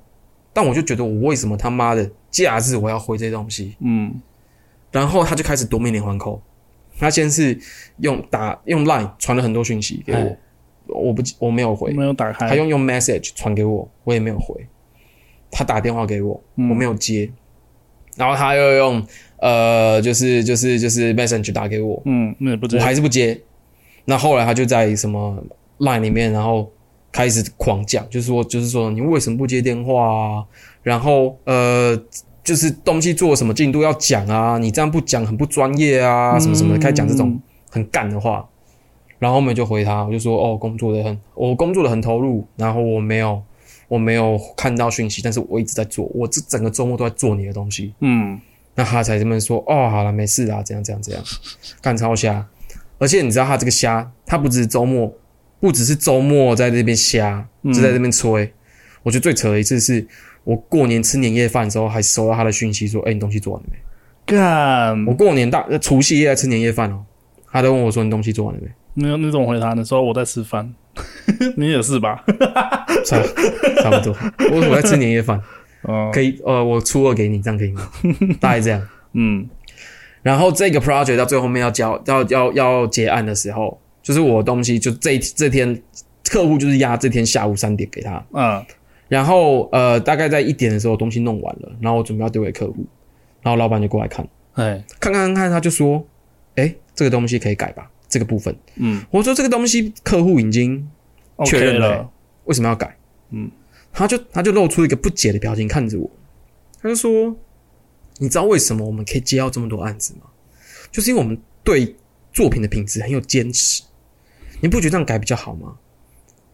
B: 但我就觉得我为什么他妈的假日我要回这些东西？
A: 嗯
B: 然后他就开始夺命连环扣，他先是用打用 Line 传了很多讯息给
A: 哎
B: 我，我不我没有回，
A: 没有打开，
B: 他用用 message 传给我，我也没有回。他打电话给我，
A: 嗯
B: 我没有接。然后他又用呃，就是就是就是 message 打给我，
A: 嗯，那也不知
B: 我
A: 道，
B: 还是不接。那后来他就在什么 Line 里面，然后开始狂讲，就是说，就是说你为什么不接电话啊？然后呃，就是东西做什么进度要讲啊，你这样不讲很不专业啊，什么什么的，开始讲这种很干的话。然后我们就回他，我就说哦，工作的很，我工作的很投入，然后我没有我没有看到讯息，但是我一直在做，我这整个周末都在做你的东西。
A: 嗯，
B: 那他才这么说哦，好了，没事啦，怎样怎样怎样，干超瞎。而且你知道他这个瞎，他不只是周末，不只是周末在这边瞎，
A: 嗯
B: 就在这边吹。我觉得最扯的一次是我过年吃年夜饭的时候，还收到他的讯息说：“哎、你东西做完了没
A: 干？”，
B: 我过年大呃除夕夜在吃年夜饭哦，他都问我说：“你东西做完了没
A: 你你怎么回答？你说我在吃饭， [LAUGHS] 你也是吧？？”
B: 差差不多，我说我在吃年夜饭，
A: [LAUGHS] 哦，
B: 可以呃，我初二给你，这样可
A: [LAUGHS]
B: 以吗？大概这样。
A: 嗯
B: 然后这个 project 到最后面要交要要要结案的时候，就是我东西就这一这天客户就是压这天下午三点给他，
A: 啊，
B: 然后呃大概在一点的时候东西弄完了，然后我准备要丢给客户，然后老板就过来看，
A: 哎，
B: 看看看看，他就说，哎，这个东西可以改吧，这个部分，
A: 嗯
B: 我说这个东西客户已经确
A: ，OK
B: 认了
A: 了，
B: 为什么要改？
A: 嗯，
B: 他就他就露出一个不解的表情看着我，他就说：“你知道为什么我们可以接到这么多案子吗？就是因为我们对作品的品质很有坚持。你不觉得这样改比较好吗？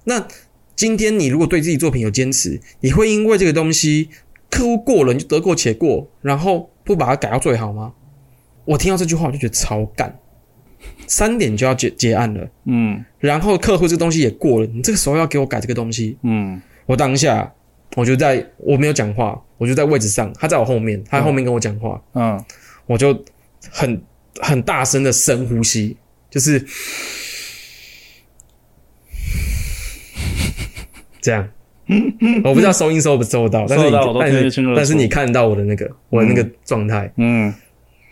B: 那今天你如果对自己作品有坚持，你会因为这个东西客户过了你就得过且过，然后不把它改到最好吗？”我听到这句话我就觉得超干，三点就要结结案了。
A: 嗯
B: 然后客户这东西也过了，你这个时候要给我改这个东西，
A: 嗯
B: 我当下我就在我没有讲话，我就在位置上，他在我后面，他在后面跟我讲话，
A: 嗯，
B: 我就很很大声的深呼吸，就是这样。我不知道收音收不收到，但是
A: 收
B: 你
A: 到我都
B: 但
A: 听得
B: 是
A: 清楚
B: 但是你看到我的那个我的那个状态，
A: 嗯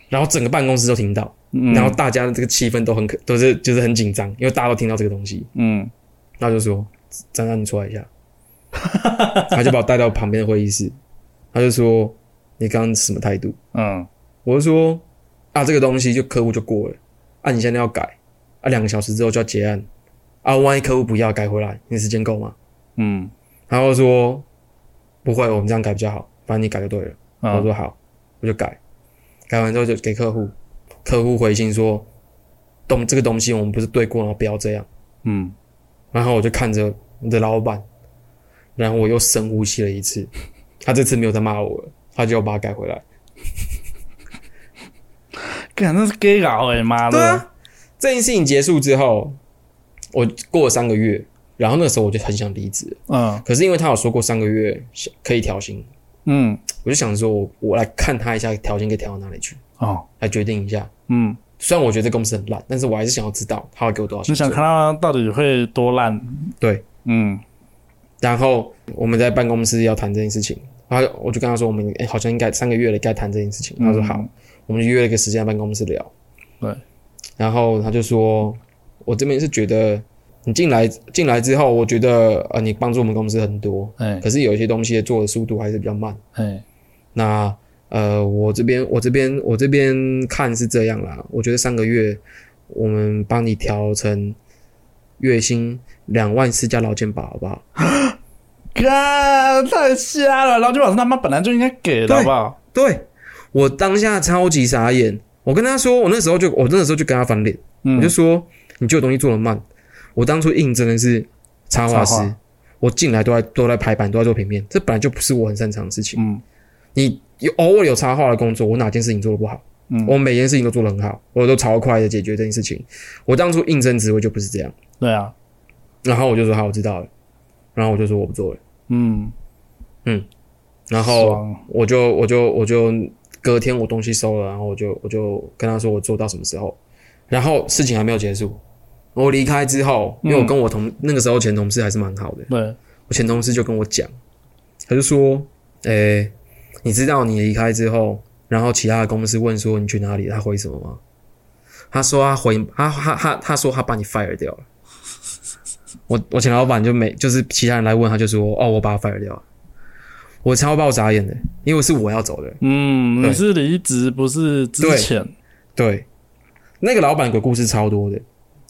B: 然后整个办公室都听到，
A: 嗯，
B: 然后大家的这个气氛都很可都是就是很紧张，因为大家都听到这个东西。
A: 嗯
B: 他就说：“张张，你出来一下。”他就把我带到旁边的会议室，他就说：“你刚刚什么态度
A: 嗯，？”
B: 我就说：“啊，这个东西就客户就过了，啊，你现在要改，啊，两个小时之后就要结案，啊，万一客户不要改回来，你时间够吗
A: 嗯，？”
B: 然后说：“不会，我们这样改比较好，反正你改就对了。”
A: 啊
B: 我，说好，我就改，改完之后就给客户，客户回信说：“东这个东西我们不是对过，然后不要这样。”
A: 嗯
B: 然后我就看着我的老板，然后我又深呼吸了一次。他这次没有再骂我了，他就把他改回来。
A: 干，那是 gay 搞哎，妈的，，
B: 这件事情结束之后，我过了三个月，然后那时候我就很想离职，
A: 嗯
B: 可是因为他有说过三个月可以调薪，
A: 嗯，
B: 我就想说我我来看他一下调薪可以调到哪里去，
A: 哦，
B: 来决定一下。
A: 嗯，
B: 虽然我觉得这公司很烂，但是我还是想要知道他会给我多少
A: 你
B: 薪水
A: 想。看他到底会多烂？
B: 对，
A: 嗯
B: 然后我们在办公室要谈这件事情，然后我就跟他说，我们、哎诶好像应该三个月了，该谈这件事情。他说
A: 嗯
B: 好，我们就约了一个时间在办公室聊。
A: 对，
B: 然后他就说，我这边是觉得你进来进来之后，我觉得呃，你帮助我们公司很多，
A: 哎
B: 可是有一些东西做的速度还是比较慢。
A: 哎
B: 那呃，我这边我这边我这边看是这样啦，我觉得上个月我们帮你调成月薪两万四加劳健保，好不好？
A: 干太瞎了！劳健保是他妈本来就应该给的，
B: 对
A: 好不好？
B: 对我当下超级傻眼，我跟他说，我那时候就我那时候就跟他翻脸，我
A: 嗯
B: 就，说你这个东西做的慢，我当初应征的是插画师
A: 插画，
B: 我进来都在都在排版，都在做平面，这本来就不是我很擅长的事情。
A: 嗯
B: 你有偶尔有插画的工作，我哪件事情做的不好？
A: 嗯
B: 我每件事情都做得很好，我都超快的解决这件事情。我当初应征职位就不是这样，
A: 对啊，
B: 然后我就说好，我知道了，然后我就说我不做了，
A: 嗯，
B: 然后
A: 爽
B: 我就我就我就隔天我东西收了，然后我就我就跟他说我做到什么时候，然后事情还没有结束。我离开之后，因为我跟我同、那个时候前同事还是蛮好的，
A: 对，
B: 我前同事就跟我讲，他就说：“诶、你知道你离开之后，然后其他的公司问说你去哪里，他回什么吗？”他说他回他他他他说他把你 fire 掉了。我我前老板就没就是其他人来问他就说：“哦，我把他 fire 掉了。”我超爆傻眼的，因为是我要走的。
A: 嗯，
B: 对
A: 你是离职不是之前，
B: 对，那个老板鬼故事超多的，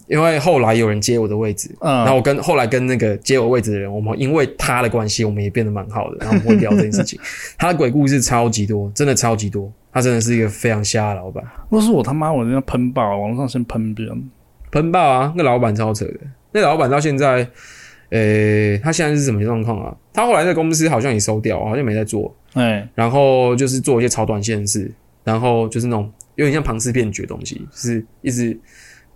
B: 因为后来有人接我的位置，然后
A: 嗯，
B: 我跟后来跟那个接我位置的人，我们因为他的关系，我们也变得蛮好的，然后我们会聊这件事情。他的鬼故事超级多，真的超级多。他真的是一个非常瞎的老板，
A: 若是我他妈，我一定要喷爆，网络上先喷别人，
B: 喷爆啊！那老板超扯的，那老板到现在，呃、他现在是什么状况啊？他后来那公司好像也收掉，好像没在做，
A: 哎，
B: 然后就是做一些超短线的事，然后就是那种有点像庞氏骗局的东西，就是一直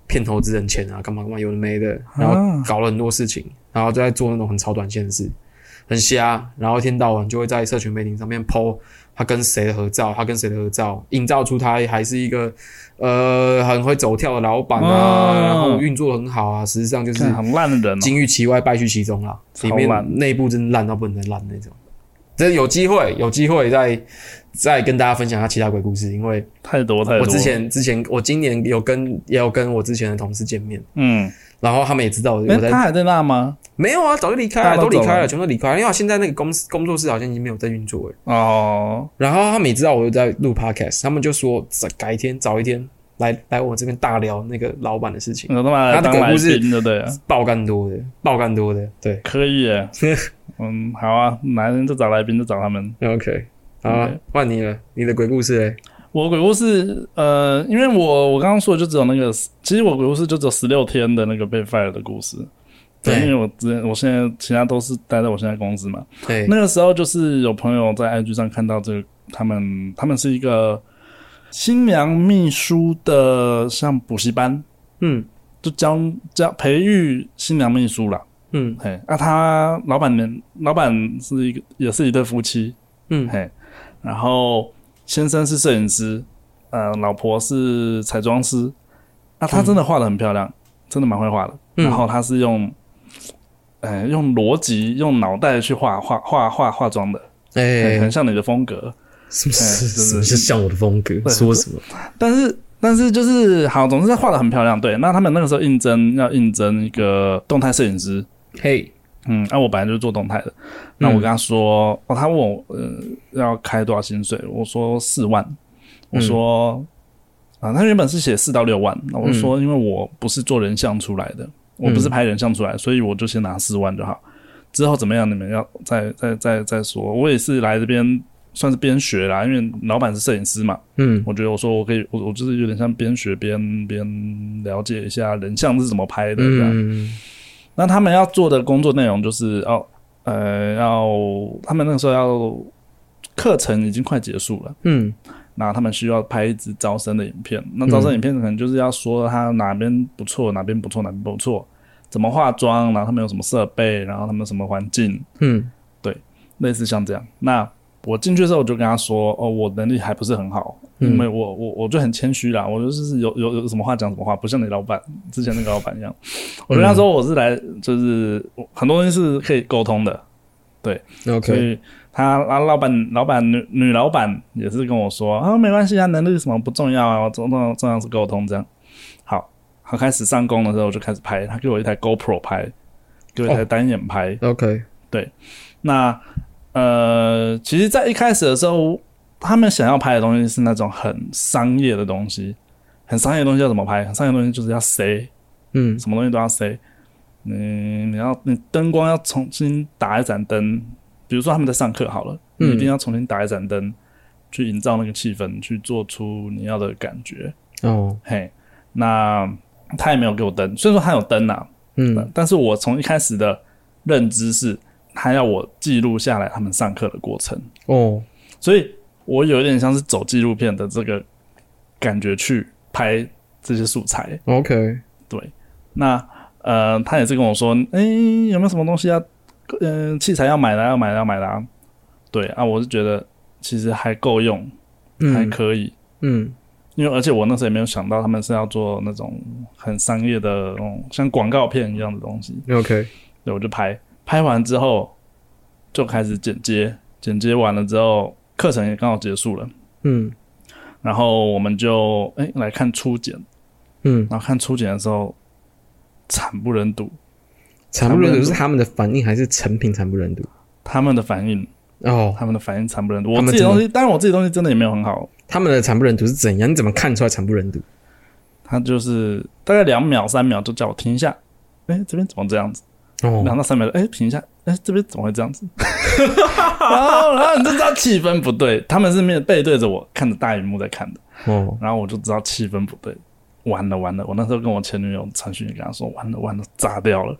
B: 骗投资人钱啊，干嘛干嘛有的没的，然后
A: 啊
B: 搞了很多事情，然后就在做那种很超短线的事，很瞎，然后一天到晚就会在社群媒体上面 PO 他跟谁的合照，他跟谁的合照，营造出他还是一个呃很会走跳的老板啊，
A: 哦
B: 然后运作很好啊，实际上就是
A: 看很烂的人哦，
B: 金玉其外，败絮其中啦，
A: 超
B: 里
A: 烂
B: 面内部真烂到不能再烂那种。这有机会，有机会再再跟大家分享他其他鬼故事，因为
A: 太多太多。
B: 我之，前之前我今年有跟也有跟我之前的同事见面，
A: 嗯，
B: 然后他们也知道我
A: 哎，
B: 在
A: 他还在那吗？
B: 没有啊，早就离开
A: 大
B: 了，
A: 家都
B: 都离
A: 走了
B: 开了，全都离开啊了，因为现在那个公司工作室好像已经没有在运作了。
A: 哦，
B: 然后他们也知道我又在录 podcast，他们就说早改天早一天来来我这边大聊那个老板的事情，
A: 我他妈来当来宾的对了，
B: 爆干多的，爆干多的，对
A: 可以
B: [LAUGHS]
A: 耶，嗯，好啊，哪天就找来宾就找他们。
B: ，OK，好啊
A: OK，
B: 换你了，你的鬼故事嘞。
A: 我鬼故事，呃，因为我我刚刚说的就只有那个，其实我鬼故事就只有十六天的那个被 fire 的故事。对，
B: 对
A: 因为我之前我现在其他都是待在我现在公司嘛。
B: 对，
A: 那个时候就是有朋友在 IG 上看到这个，他们他们是一个新娘秘书的像补习班，
B: 嗯
A: 就教教培育新娘秘书啦。
B: 嗯
A: 嘿，那、他老板娘老板是一个也是一对夫妻，
B: 嗯
A: 嘿，然后先生是摄影师，呃，老婆是彩妆师。啊，她真的画的很漂亮，真的蛮会画的。
B: 嗯
A: 然后她是用，呃，用逻辑、用脑袋去画画画画化妆的，很
B: 哎
A: 很，像你的风格。
B: 是不
A: 哎真的
B: 是是像我的风格？
A: 对
B: 说什么？
A: 但是但是就是好，总之她画的很漂亮。对，那他们那个时候应征要应征一个动态摄影师，
B: 嘿，
A: 嗯，那、我本来就是做动态的，那我跟他说，哦，他问我，呃，要开多少薪水？我说四万，我说，啊，他原本是写四到六万，那我说，因为我不是做人像出来的，我不是拍人像出来，所以我就先拿四万就好。之后怎么样，你们要再再再再说。我也是来这边算是边学啦，因为老板是摄影师嘛，
B: 嗯
A: 我觉得我说我可以，我我就是有点像边学边边了解一下人像是怎么拍的这样。
B: 嗯
A: 那他们要做的工作内容就是要呃要他们那个时候要课程已经快结束了，
B: 嗯
A: 那他们需要拍一支招生的影片。那招生影片可能就是要说他哪边不错，哪边不错，哪边不错，怎么化妆，然后他们有什么设备，然后他们有什么环境，
B: 嗯
A: 类似像这样。那我进去的时候，我就跟他说：“哦，我能力还不是很好，
B: 嗯
A: 因为我我我就很谦虚啦，我就是有有有什么话讲什么话，不像你老板 [LAUGHS] 之前那个老板一样。我就跟他说我是来，就是我很多东西是可以沟通的，所
B: ，OK，
A: 以他他老板老板女女老板也是跟我说啊，没关系啊，能力什么不重要啊，重重重要是沟通这样。好，他开始上工的时候，我就开始拍，他给我一台 GoPro 拍，给我一台
B: 哦
A: 单眼拍。
B: OK，
A: 那呃，其实，在一开始的时候，他们想要拍的东西是那种很商业的东西，很商业的东西要怎么拍？很商业的东西就是要塞，
B: 嗯
A: 什么东西都要塞。嗯，你要你灯光要重新打一盏灯，比如说他们在上课好了，你一定要重新打一盏灯，去营造那个气氛，去做出你要的感觉。
B: 哦
A: 嘿，那他也没有给我灯，虽然说他有灯啊，
B: 嗯
A: 但是我从一开始的认知是，他要我记录下来他们上课的过程，
B: 哦
A: 所以我有一点像是走纪录片的这个感觉去拍这些素材。
B: OK，
A: 那呃，他也是跟我说，哎、有没有什么东西要，嗯、器材要买啦，要买啦，要买啦。对啊，我是觉得其实还够用，还
B: 嗯
A: 可以。
B: 嗯
A: 因为而且我那时候也没有想到他们是要做那种很商业的那种像广告片一样的东西，
B: OK，
A: 对，我就拍，拍完之后就开始剪接，剪接完了之后课程也刚好结束了，
B: 嗯
A: 然后我们就哎、来看初剪，
B: 嗯，
A: 然后看初剪的时候惨不忍睹，
B: 惨
A: 不
B: 不
A: 忍
B: 忍
A: 睹
B: 睹是他们的反应还是成品惨不忍睹？
A: 他们的反应，
B: 哦，
A: 他们的反应惨不忍睹。
B: 他
A: 我
B: 们
A: 自己的
B: 真的
A: 东西，当然我自己的东西真的也没有很好，
B: 他们的惨不忍睹是怎样？你怎么看出来惨不忍睹？
A: 他就是大概两秒三秒就叫我停一下，哎、这边怎么这样子？两
B: 哦，
A: 到三秒，哎、停一下，哎、这边怎么会这样子？ [LAUGHS] 然后，然后你就知道气氛不对，他们是面背对着我，看着大荧幕在看的，
B: 哦，
A: 然后我就知道气氛不对，完了完了！我那时候跟我前女友传讯，跟她说，完了完了，炸掉了，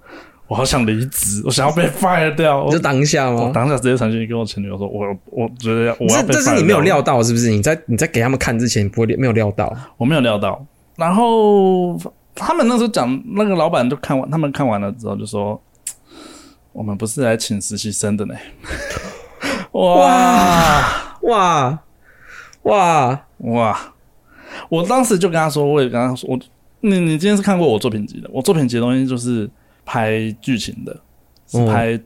A: 我好想离职，我想要
B: [LAUGHS]
A: 被 fire 掉。
B: 你
A: 我
B: 就当下
A: 我
B: 吗？
A: 当下直接传讯跟我前女友说，我我觉得要我要
B: 这
A: 被
B: 这是
A: fire
B: 你没有
A: 掉
B: 料到是不是？你在你在给他们看之前不会料没有料到
A: 我没有料到。然后他们那时候讲，那个老板就看完，他们看完了之后就说：“我们不是来请实习生的呢。” [LAUGHS] 哇
B: 哇哇
A: 哇！我当时就跟他说，我也跟他说，我你你今天是看过我作品集的，我作品集的东西就是拍剧情的，是
B: 哦
A: 拍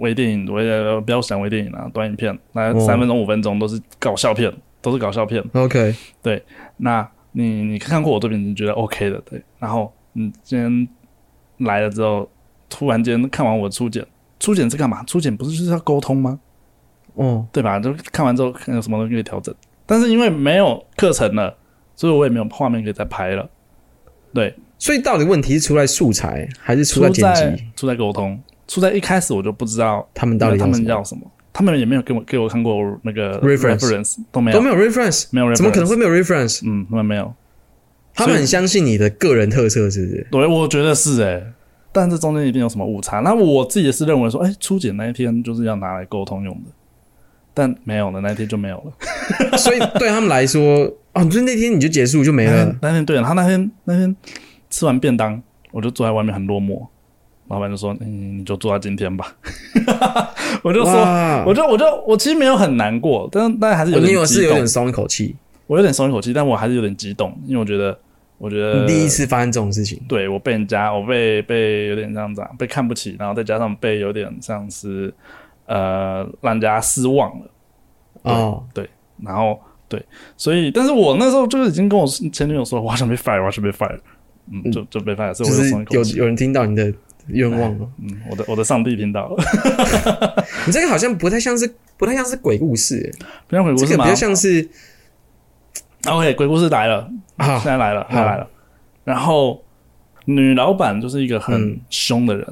A: 微电影，微呃不要想微电影啊，短影片，来
B: 哦
A: 三分钟五分钟都是搞笑片，都是搞笑片。
B: ！OK，
A: 那你你看过我作品，你觉得 OK 的，对。然后你今天来了之后，突然间看完我初检，初检是干嘛？初检不是就是要沟通吗？
B: 哦
A: 对吧？就看完之后看有什么东西可以调整。但是因为没有课程了，所以我也没有画面可以再拍了。对，
B: 所以到底问题是出在素材还是出
A: 出
B: 在剪
A: 在
B: 辑？
A: 出在沟通，出在一开始我就不知道
B: 他们到底
A: 他
B: 什
A: 们
B: 么
A: 要什么，他们也没有给我给我看过那个
B: Reference
A: reference 都没有
B: 都没有 reference，
A: 没有 reference，
B: 怎么可能？会没有 reference？
A: 嗯，他们没有。
B: 他们很相信你的个人特色，是不是？
A: 对，我觉得是诶、但这中间一定有什么误差。那我自己也是认为说，哎、初检那一天就是要拿来沟通用的，但没有了，那一天就没有了。 [LAUGHS]
B: 所以对他们来说，哦，你就那天你就结束就没
A: 那
B: 了
A: 天。那天对了，他那天那天吃完便当，我就坐在外面很落寞，老板就说：“嗯，你就做到今天吧。” [LAUGHS] 我就说，
B: 哇
A: 我就我就我其实没有很难过，但是但还是有
B: 哦你
A: 点
B: 有是
A: 激
B: 有
A: 动
B: 点，松一口气，
A: 我有点松一口气，但我还是有点激动，因为我觉得我觉得
B: 你第一次发生这种事情，
A: 对我被人家，我被被有点这样子、啊，被看不起，然后再加上被有点像是呃让人家失望了，
B: 哦，
A: 然后对，所以但是我那时候就是已经跟我前女友说，我好想被 fire，我好想被 fire，嗯，就就被 fire，所以
B: 就
A: 我就是松一口
B: 有
A: 气。
B: 有人听到你的愿望了。
A: 嗯，我的我的上帝听到了，
B: 你这个好像不太像是不太像是鬼故事，
A: [LAUGHS]
B: 欸
A: 不像鬼故
B: 这
A: 事
B: 个
A: 吗
B: 比较像是
A: ？OK，鬼故事来了，
B: 啊
A: 现在来了，现在来了。然后女老板就是一个很
B: 嗯
A: 凶的人，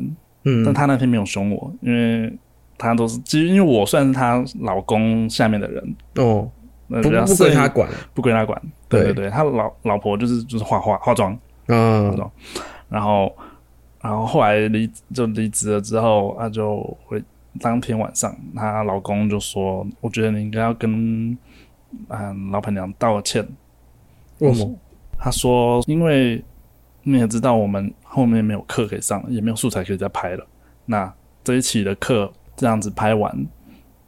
A: 但
B: 嗯
A: 她那天没有凶我，因为她都是其实因为我算是她老公下面的人，
B: 哦，
A: 那
B: 不
A: 比较
B: 不
A: 剩
B: 归
A: 余
B: 他管
A: 不归他管。对对
B: 对
A: 对，他老老婆就是就是化化化妆，
B: 啊，
A: 然后然后后来离就离职了之后，她就会当天晚上，她呃老公就说：“我觉得你应该要跟嗯、老板娘道歉。
B: 为什么？”
A: 他说：“因为你也知道，我们后面没有课可以上了，也没有素材可以再拍了。那这一期的课这样子拍完，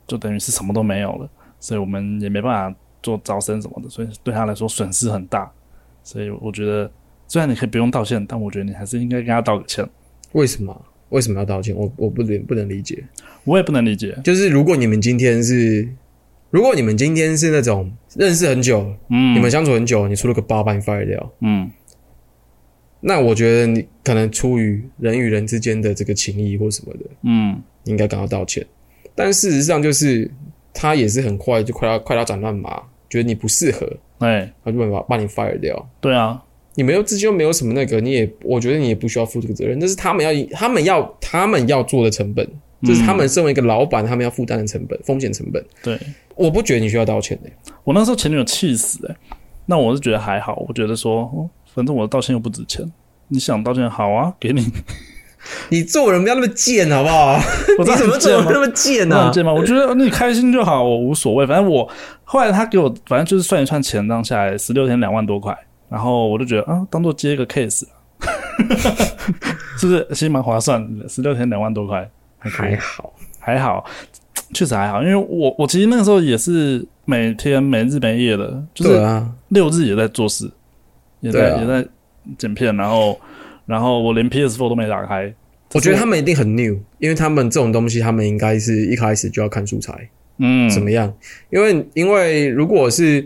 A: 就等于是什么都没有了，所以我们也没办法做招生什么的，所以对他来说损失很大。所以我觉得，虽然你可以不用道歉，但我觉得你还是应该跟他道个歉。
B: 为什么？为什么要道歉？我我不能不能理解。
A: 我也不能理解，
B: 就是如果你们今天是，如果你们今天是那种认识很久，
A: 嗯，
B: 你们相处很久，你出了个包把你 fire 掉，
A: 嗯，
B: 那我觉得你可能出于人与人之间的这个情谊或什么的，
A: 嗯，
B: 你应该感到道歉。但事实上就是他也是很快就快要快要斩乱麻，觉得你不适合，
A: 哎，
B: 他就把把你 fire 掉。
A: 对啊，
B: 你们又之间又没有什么那个，你也我觉得你也不需要负这个责任，那是他们要他们要他们要做的成本，
A: 嗯
B: 这、是他们身为一个老板他们要负担的成本风险成本。
A: 对
B: 我不觉得你需要道歉的、
A: 我那时候前女友气死哎、那我是觉得还好，我觉得说，哦反正我的道歉又不值钱，你想道歉好啊，给
B: [LAUGHS]
A: 你，
B: 你做人不要那么贱好不好？
A: [LAUGHS] 我
B: 你怎么做啊
A: 这
B: 人那么贱呢、
A: 那很贱吗？啊我觉得你开心就好，我无所谓。反正我后来他给我，反正就是算一算钱，这样下来十六天两万多块，然后我就觉得啊，当做接一个 case，是不是？其实蛮划算的，十六天两万多块，还可以
B: 还，好，
A: 还好，确实还好。因为我我其实那个时候也是每天没日没夜的，就是
B: 对啊，
A: 六日也在做事，也
B: 对
A: 在、
B: 啊
A: 也在剪片，然后然后我连 PS Four 都没打开。
B: 我觉得他们一定很 new，因为他们这种东西，他们应该是一开始就要看素材
A: 嗯，
B: 怎么样，因为因为如果是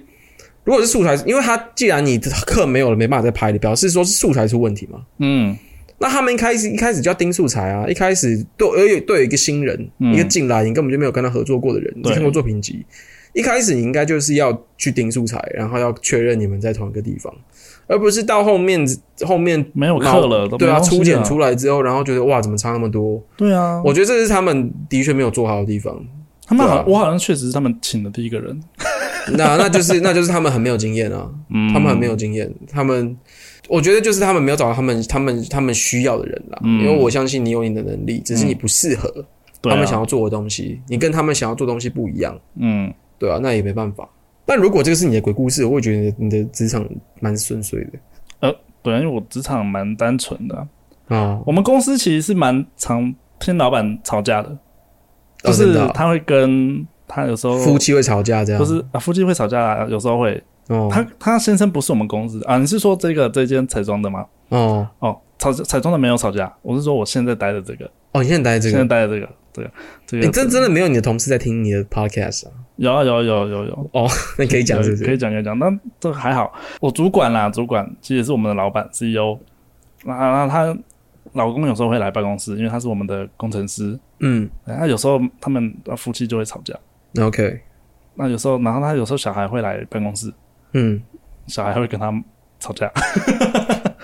B: 如果是素材，因为他既然你课没有了，没办法再拍，你表示说是素材出问题嘛。
A: 嗯
B: 那他们一开始一开始就要盯素材啊，一开始对而且对有一个新人，
A: 嗯
B: 一个进来你根本就没有跟他合作过的人，你
A: 对
B: 看过作品集，一开始你应该就是要去盯素材，然后要确认你们在同一个地方，而不是到后面后面
A: 没有课了，都没
B: 对啊，
A: 东西
B: 初
A: 了
B: 检出来之后，然后觉得哇，怎么差那么多？
A: 对啊，
B: 我觉得这是他们的确没有做好的地方。
A: 他们好，
B: 对啊
A: 我好像确实是他们请的第一个人，
B: 那那就是那就是他们很没有经验啊，
A: [LAUGHS] 嗯
B: 他们很没有经验，他们我觉得就是他们没有找到他们他们他们需要的人啦。
A: 嗯
B: 因为我相信你有你的能力，只是你不适合、
A: 对、啊、
B: 他们想要做的东西，你跟他们想要做的东西不一样，
A: 嗯，
B: 对啊，那也没办法。但如果这个是你的鬼故事，我会觉得你的职场蛮顺遂的
A: 对啊，因为我职场蛮单纯的啊、
B: 啊，
A: 我们公司其实是蛮常听老板吵架的，就
B: 哦真
A: 是
B: 的啊
A: 他会跟他有时候
B: 夫妻会吵架这样，
A: 哦不是啊，夫妻会吵架啊，有时候会。
B: 哦
A: 他他先生不是我们公司的啊，你是说这个这间彩妆的吗？
B: 哦
A: 哦，吵彩妆的没有吵架，我是说我现在待的这个，
B: 哦，你现在待在这
A: 现在
B: 个，
A: 待的这个，这个这
B: 你、
A: 个
B: 真真的没有你的同事在听你的 podcast 啊？ [LAUGHS]
A: 有啊有啊有啊有啊有啊
B: 那你可以讲是不
A: 可以
B: 是？
A: 讲可以讲，但这还好。我主管啦，主管其实也是我们的老板 CEO，那、啊、那她老公有时候会来办公室，因为他是我们的工程师。哎
B: 嗯
A: 那有时候他们啊夫妻就会吵架，
B: ，OK，
A: 那有时候，然后他有时候小孩会来办公室，
B: 嗯，
A: 小孩会跟他吵架。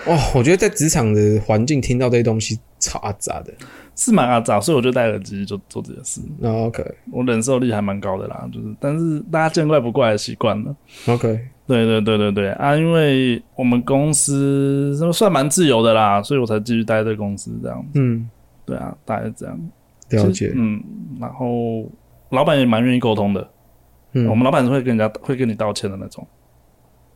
B: 哦，我觉得在职场的环境听到这些东西吵啊杂的。
A: 是蛮阿杂，所以我就戴耳机就做这件事。
B: 那哦 OK
A: 我忍受力还蛮高的啦，就是但是大家见怪不怪的习惯了。
B: OK，
A: 对对对对对啊！因为我们公司算蛮自由的啦，所以我才继续待在公司这样。
B: 嗯，
A: 对啊，大概是这样。
B: 了
A: 其实
B: 解。
A: 嗯，然后老板也蛮愿意沟通的，
B: 嗯，
A: 我们老板是会跟人家会跟你道歉的那种，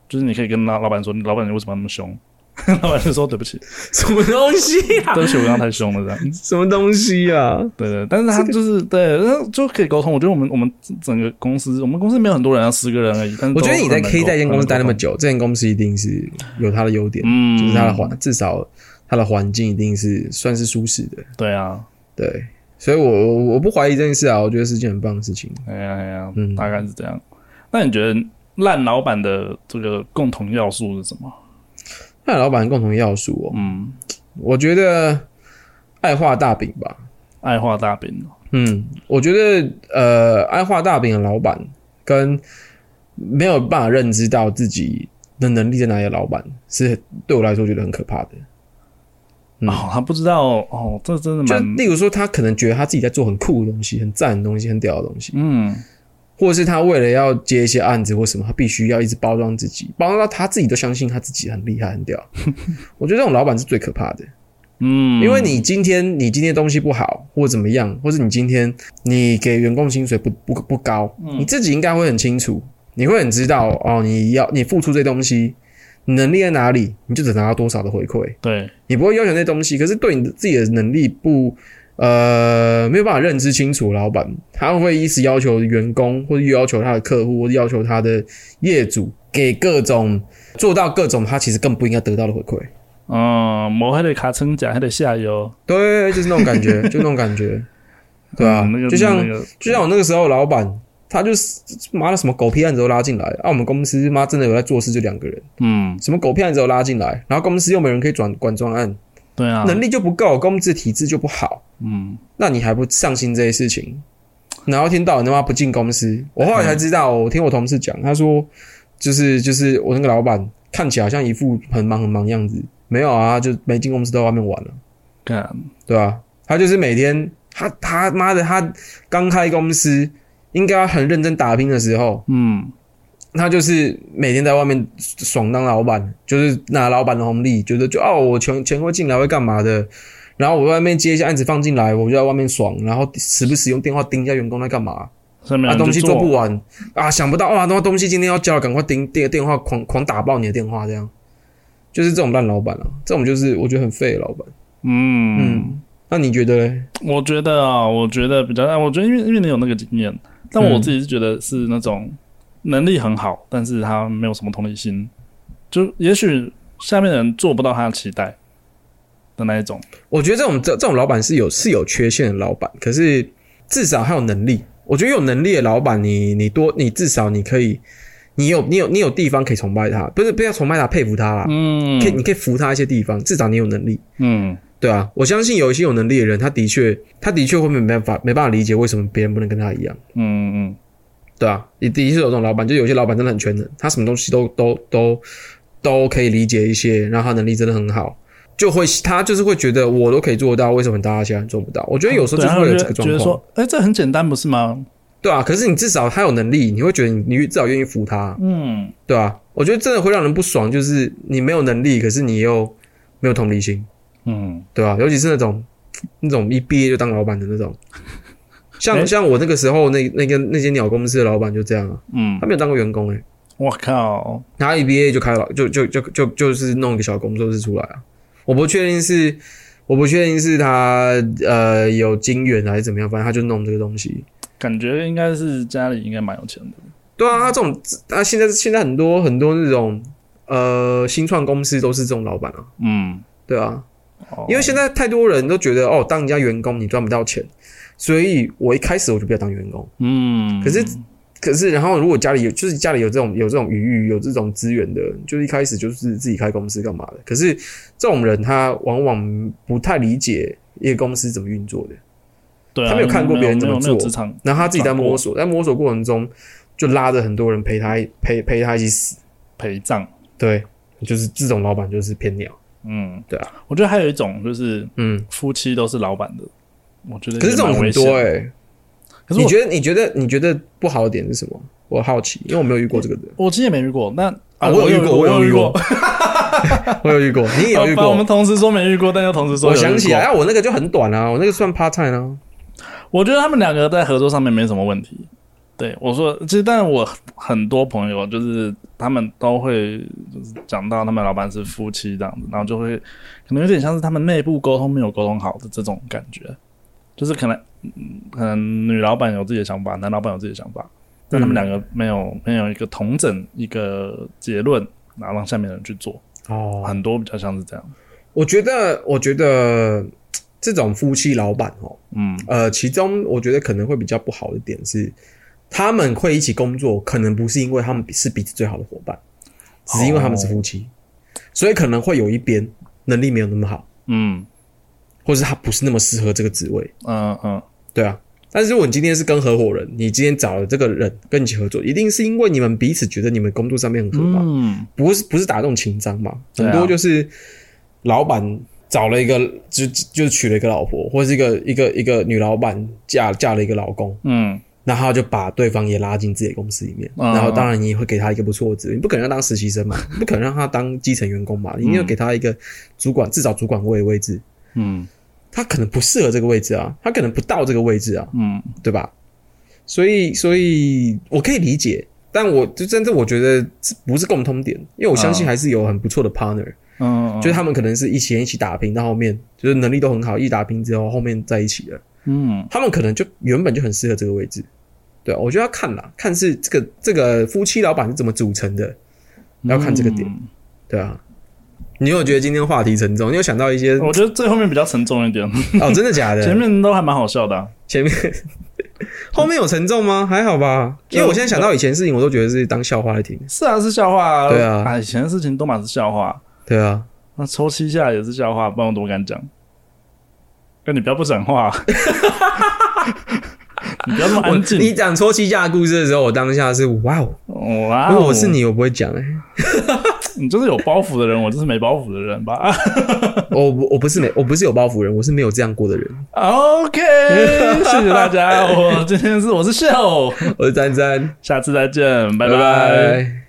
A: 就是你可以跟老老板说，老板你为什么那么凶？ [LAUGHS] 老板就说对不起，
B: [LAUGHS] 什么东西啊？
A: 对不起，我刚刚太凶了这样。
B: 什么东西啊？
A: 对对，但是他就是对，然后就可以沟通。我觉得我们我们整个公司，我们公司没有很多人啊，十个人而已。但是都
B: 我觉得你在
A: 很能
B: K 在一间
A: 沟
B: 公司待那么
A: 很能沟通，
B: 久，这间公司一定是有它的优点，
A: 嗯，
B: 就是它的环，至少它的环境一定是算是舒适的。
A: 对啊，
B: 对，所以我我我不怀疑这件事啊，我觉得是件很棒的事情。
A: 哎呀哎呀，
B: 嗯
A: 大概是这样。那你觉得烂老板的这个共同要素是什么？
B: 那老板共同要素哦，
A: 嗯，
B: 我觉得爱画大饼吧。
A: 爱画大饼哦，
B: 嗯，我觉得呃，爱画大饼的老板跟没有办法认知到自己的能力在哪里的老板，是对我来说觉得很可怕的。嗯
A: 哦，他不知道哦，这真的
B: 就
A: 蛮，
B: 例如说，他可能觉得他自己在做很酷的东西、很赞的东西、很屌的东西，
A: 嗯
B: 或者是他为了要接一些案子或什么，他必须要一直包装自己，包装到他自己都相信他自己很厉害、很屌。我觉得这种老板是最可怕的。
A: 嗯，
B: 因为你今天你今天东西不好，或怎么样，或是你今天你给员工薪水不不不高，你自己应该会很清楚，你会很知道哦，你要你付出这东西，你能力在哪里，你就只拿到多少的回馈，
A: 对，
B: 你不会要求那东西。可是对你自己的能力不呃没有办法认知清楚，老板他会一直要求员工，或者要求他的客户，或者要求他的业主给各种做到各种他其实更不应该得到的回馈。
A: 嗯，磨黑的卡称甲，还得下游， [LAUGHS]
B: 对，就是那种感觉，就那种感觉，对啊，
A: 嗯那个
B: 就像
A: 那个
B: 就像我那个时候，老板他就是妈的什么狗屁案子都拉进来，啊，我们公司妈真的有在做事就两个人，
C: 嗯，
B: 什么狗屁案子都拉进来，然后公司又没人可以转管专案，
A: 对啊，
B: 能力就不够，公司的体制就不好，
A: 嗯，
B: 那你还不上心这些事情，然后一天到晚他妈不进公司，我后来才知道，我听我同事讲，他说就是就是我那个老板看起来好像一副很忙很忙的样子，没有啊，就没进公司都在外面玩了。
A: 干，
B: 对啊，他就是每天，他他妈的，他刚开公司，应该要很认真打拼的时候，
A: 嗯，
B: 他就是每天在外面爽当老板，就是拿老板的红利，觉得就哦，我钱钱会进来会干嘛的，然后我外面接一些案子放进来，我就在外面爽，然后时不时用电话盯一下员工在干嘛，
A: 下面
B: 啊，
A: 人就
B: 东西做不完啊，想不到哇，那东西今天要交了，赶快盯电电话狂狂打爆你的电话，这样，就是这种烂老板啊，这种就是我觉得很废的老板。
A: 嗯，
B: 嗯那你觉得嘞？
A: 我觉得啊，我觉得比较，啊我觉得因为因为你有那个经验，但我自己是觉得是那种能力很好，但是他没有什么同理心，就也许下面的人做不到他的期待的那一种。
B: 我觉得这种这这种老板是有是有缺陷的老板，可是至少他有能力。我觉得有能力的老板，你你多你至少你可以，你有你有你有地方可以崇拜他，不是不要崇拜他，佩服他啦，
A: 嗯
B: 可以你可以服他一些地方，至少你有能力，
A: 嗯，
B: 对啊，我相信有一些有能力的人，他的确他的确会没办法没办法理解为什么别人不能跟他一样，
A: 嗯嗯
B: 对啊，也的确有这种老板，就有些老板真的很全能，他什么东西都都都都可以理解一些，然后他能力真的很好，就会他就是会觉得我都可以做得到，为什么大家现在做不到？我觉得有时候
A: 对
B: 就
A: 啊
B: 是
A: 我
B: 会有
A: 觉
B: 这个
A: 得
B: 状
A: 觉得
B: 况，
A: 说，哎、这很简单，不是吗？
B: 对啊。可是你至少他有能力，你会觉得你你至少愿意服他，
A: 嗯，
B: 对啊。我觉得真的会让人不爽，就是你没有能力，可是你又没有同理心，
A: 嗯，
B: 对啊。尤其是那种那种一毕业就当老板的那种，像、
A: 哎
B: 像我那个时候那那个那间鸟公司的老板就这样啊，
A: 嗯
B: 他，没有当过员工哎、
A: 我靠，
B: 他一毕业就开了，就就就就就是弄一个小工作室出来啊。我不确定是，我不确定是他呃有金源还是怎么样，反正他就弄这个东西。
A: 感觉应该是家里应该蛮有钱的。
B: 对啊，他这种他现在现在很多很多那种呃新创公司都是这种老板啊，
A: 嗯，
B: 对啊，
A: 哦
B: 因为现在太多人都觉得哦，当人家员工你赚不到钱，所以我一开始我就不要当员工。
A: 嗯，
B: 可是可是，然后如果家里有，就是家里有这种有这种余裕、有这种资源的，就是一开始就是自己开公司干嘛的。可是这种人他往往不太理解一个公司怎么运作的，
A: 对啊、
B: 他没有看过别人怎么
A: 没有没有
B: 做
A: 职场，
B: 然后他自己在摸索，在摸索过程中就拉着很多人陪他陪陪他一起死。
A: 陪葬。
B: 对，就是这种老板就是偏鸟。
A: 嗯，
B: 对
A: 啊，我觉得还有一种就是
B: 嗯，
A: 夫妻都是老板的，我觉得
B: 可是这种
A: 也蛮
B: 很
A: 危险的
B: 多哎、
A: 可是
B: 你
A: 我
B: 觉得你觉得你觉得不好的点是什么？我好奇，因为我没有遇过这个人，
A: 我其实也没遇过，那
B: 啊我有遇过
A: 我
B: 我有
A: 遇啊
B: 遇过，我有遇过， [LAUGHS] 你也有
A: [LAUGHS] [LAUGHS]
B: 遇
A: 把我
B: 过
A: 们。同事说没遇过，但又同事说
B: 我
A: 有遇
B: 想起来，
A: 过，
B: 啊，我那个就很短啊，我那个算 part time 啊。
A: 我觉得他们两个在合作上面没什么问题。对我说，其实但我很多朋友就是他们都会就是讲到他们老板是夫妻这样子，然后就会可能有点像是他们内部沟通没有沟通好的这种感觉，就是可能嗯可能女老板有自己的想法，男老板有自己的想法，但他们两个没有没有一个同整一个结论，然后让下面的人去做，
B: 哦，
A: 很多比较像是这样。
B: 我觉得，我觉得嘖这种夫妻老板哦，
A: 嗯
B: 呃，其中我觉得可能会比较不好的点是，他们会一起工作，可能不是因为他们是彼此最好的伙伴，只是因为他们是夫妻，所以可能会有一边能力没有那么好，
A: 嗯
B: 或是他不是那么适合这个职位，
A: 嗯嗯，
B: 对啊。但是如果你今天是跟合伙人，你今天找了这个人跟你一起合作，一定是因为你们彼此觉得你们工作上面很合吧？
A: 嗯
B: 不是不是打动情章嘛，
A: 对啊
B: 很多就是老板找了一个就就就娶了一个老婆，或是一个一个一个女老板嫁嫁了一个老公，
A: 嗯
B: 然后他就把对方也拉进自己的公司里面，
A: 嗯
B: 然后当然你也会给他一个不错的职位，你不可能让他当实
A: [LAUGHS]
B: 习生嘛，你不可能让他当基层员工嘛，你一定要给他一个主管至少主管位的位置，
A: 嗯
B: 他可能不适合这个位置啊，他可能不到这个位置啊，
A: 嗯
B: 对吧？所以，所以我可以理解，但我就真的我觉得这不是共通点，因为我相信
A: 啊
B: 还是有很不错的 partner，、
A: 嗯，
B: 就是他们可能是一起一起打拼，到后面就是能力都很好，一起打拼之后后面在一起了，
A: 嗯
B: 他们可能就原本就很适合这个位置。对啊，我觉得要看啦，看是这个这个夫妻老板是怎么组成的，要看这个点，
A: 嗯
B: 对啊。你有觉得今天话题沉重？你有想到一些
A: 哦我觉得最后面比较沉重一点， [LAUGHS]
B: 哦，真的假的？
A: 前面都还蛮好笑的啊、
B: 前面后面有沉重吗？还好吧，因为我现在想到以前事情，我都觉得是当笑话来听。
A: 是啊，是笑话啊。
B: 对啊
A: 以前的事情都满是笑话，
B: 对啊，
A: 那抽七下也是笑话，不然我怎么敢讲？那你不要不讲话，啊 [LAUGHS] 你不要那么
B: 我
A: 安静。
B: 你讲戳西架的故事的时候，我当下是哇哦，
A: 哇，
B: 如果我是，你，我不会讲
A: [LAUGHS]
B: 哎、欸，
A: 你就是有包袱的人，我就是没包袱的人吧 [LAUGHS]
B: 哦我我我不是没我不是有包袱人，我是没有这样过的人。 [LAUGHS]
A: ？OK，谢谢大家，我今天是我是秀，
B: 我是詹詹，
A: 下次再见，拜
B: 拜
A: 拜
B: 拜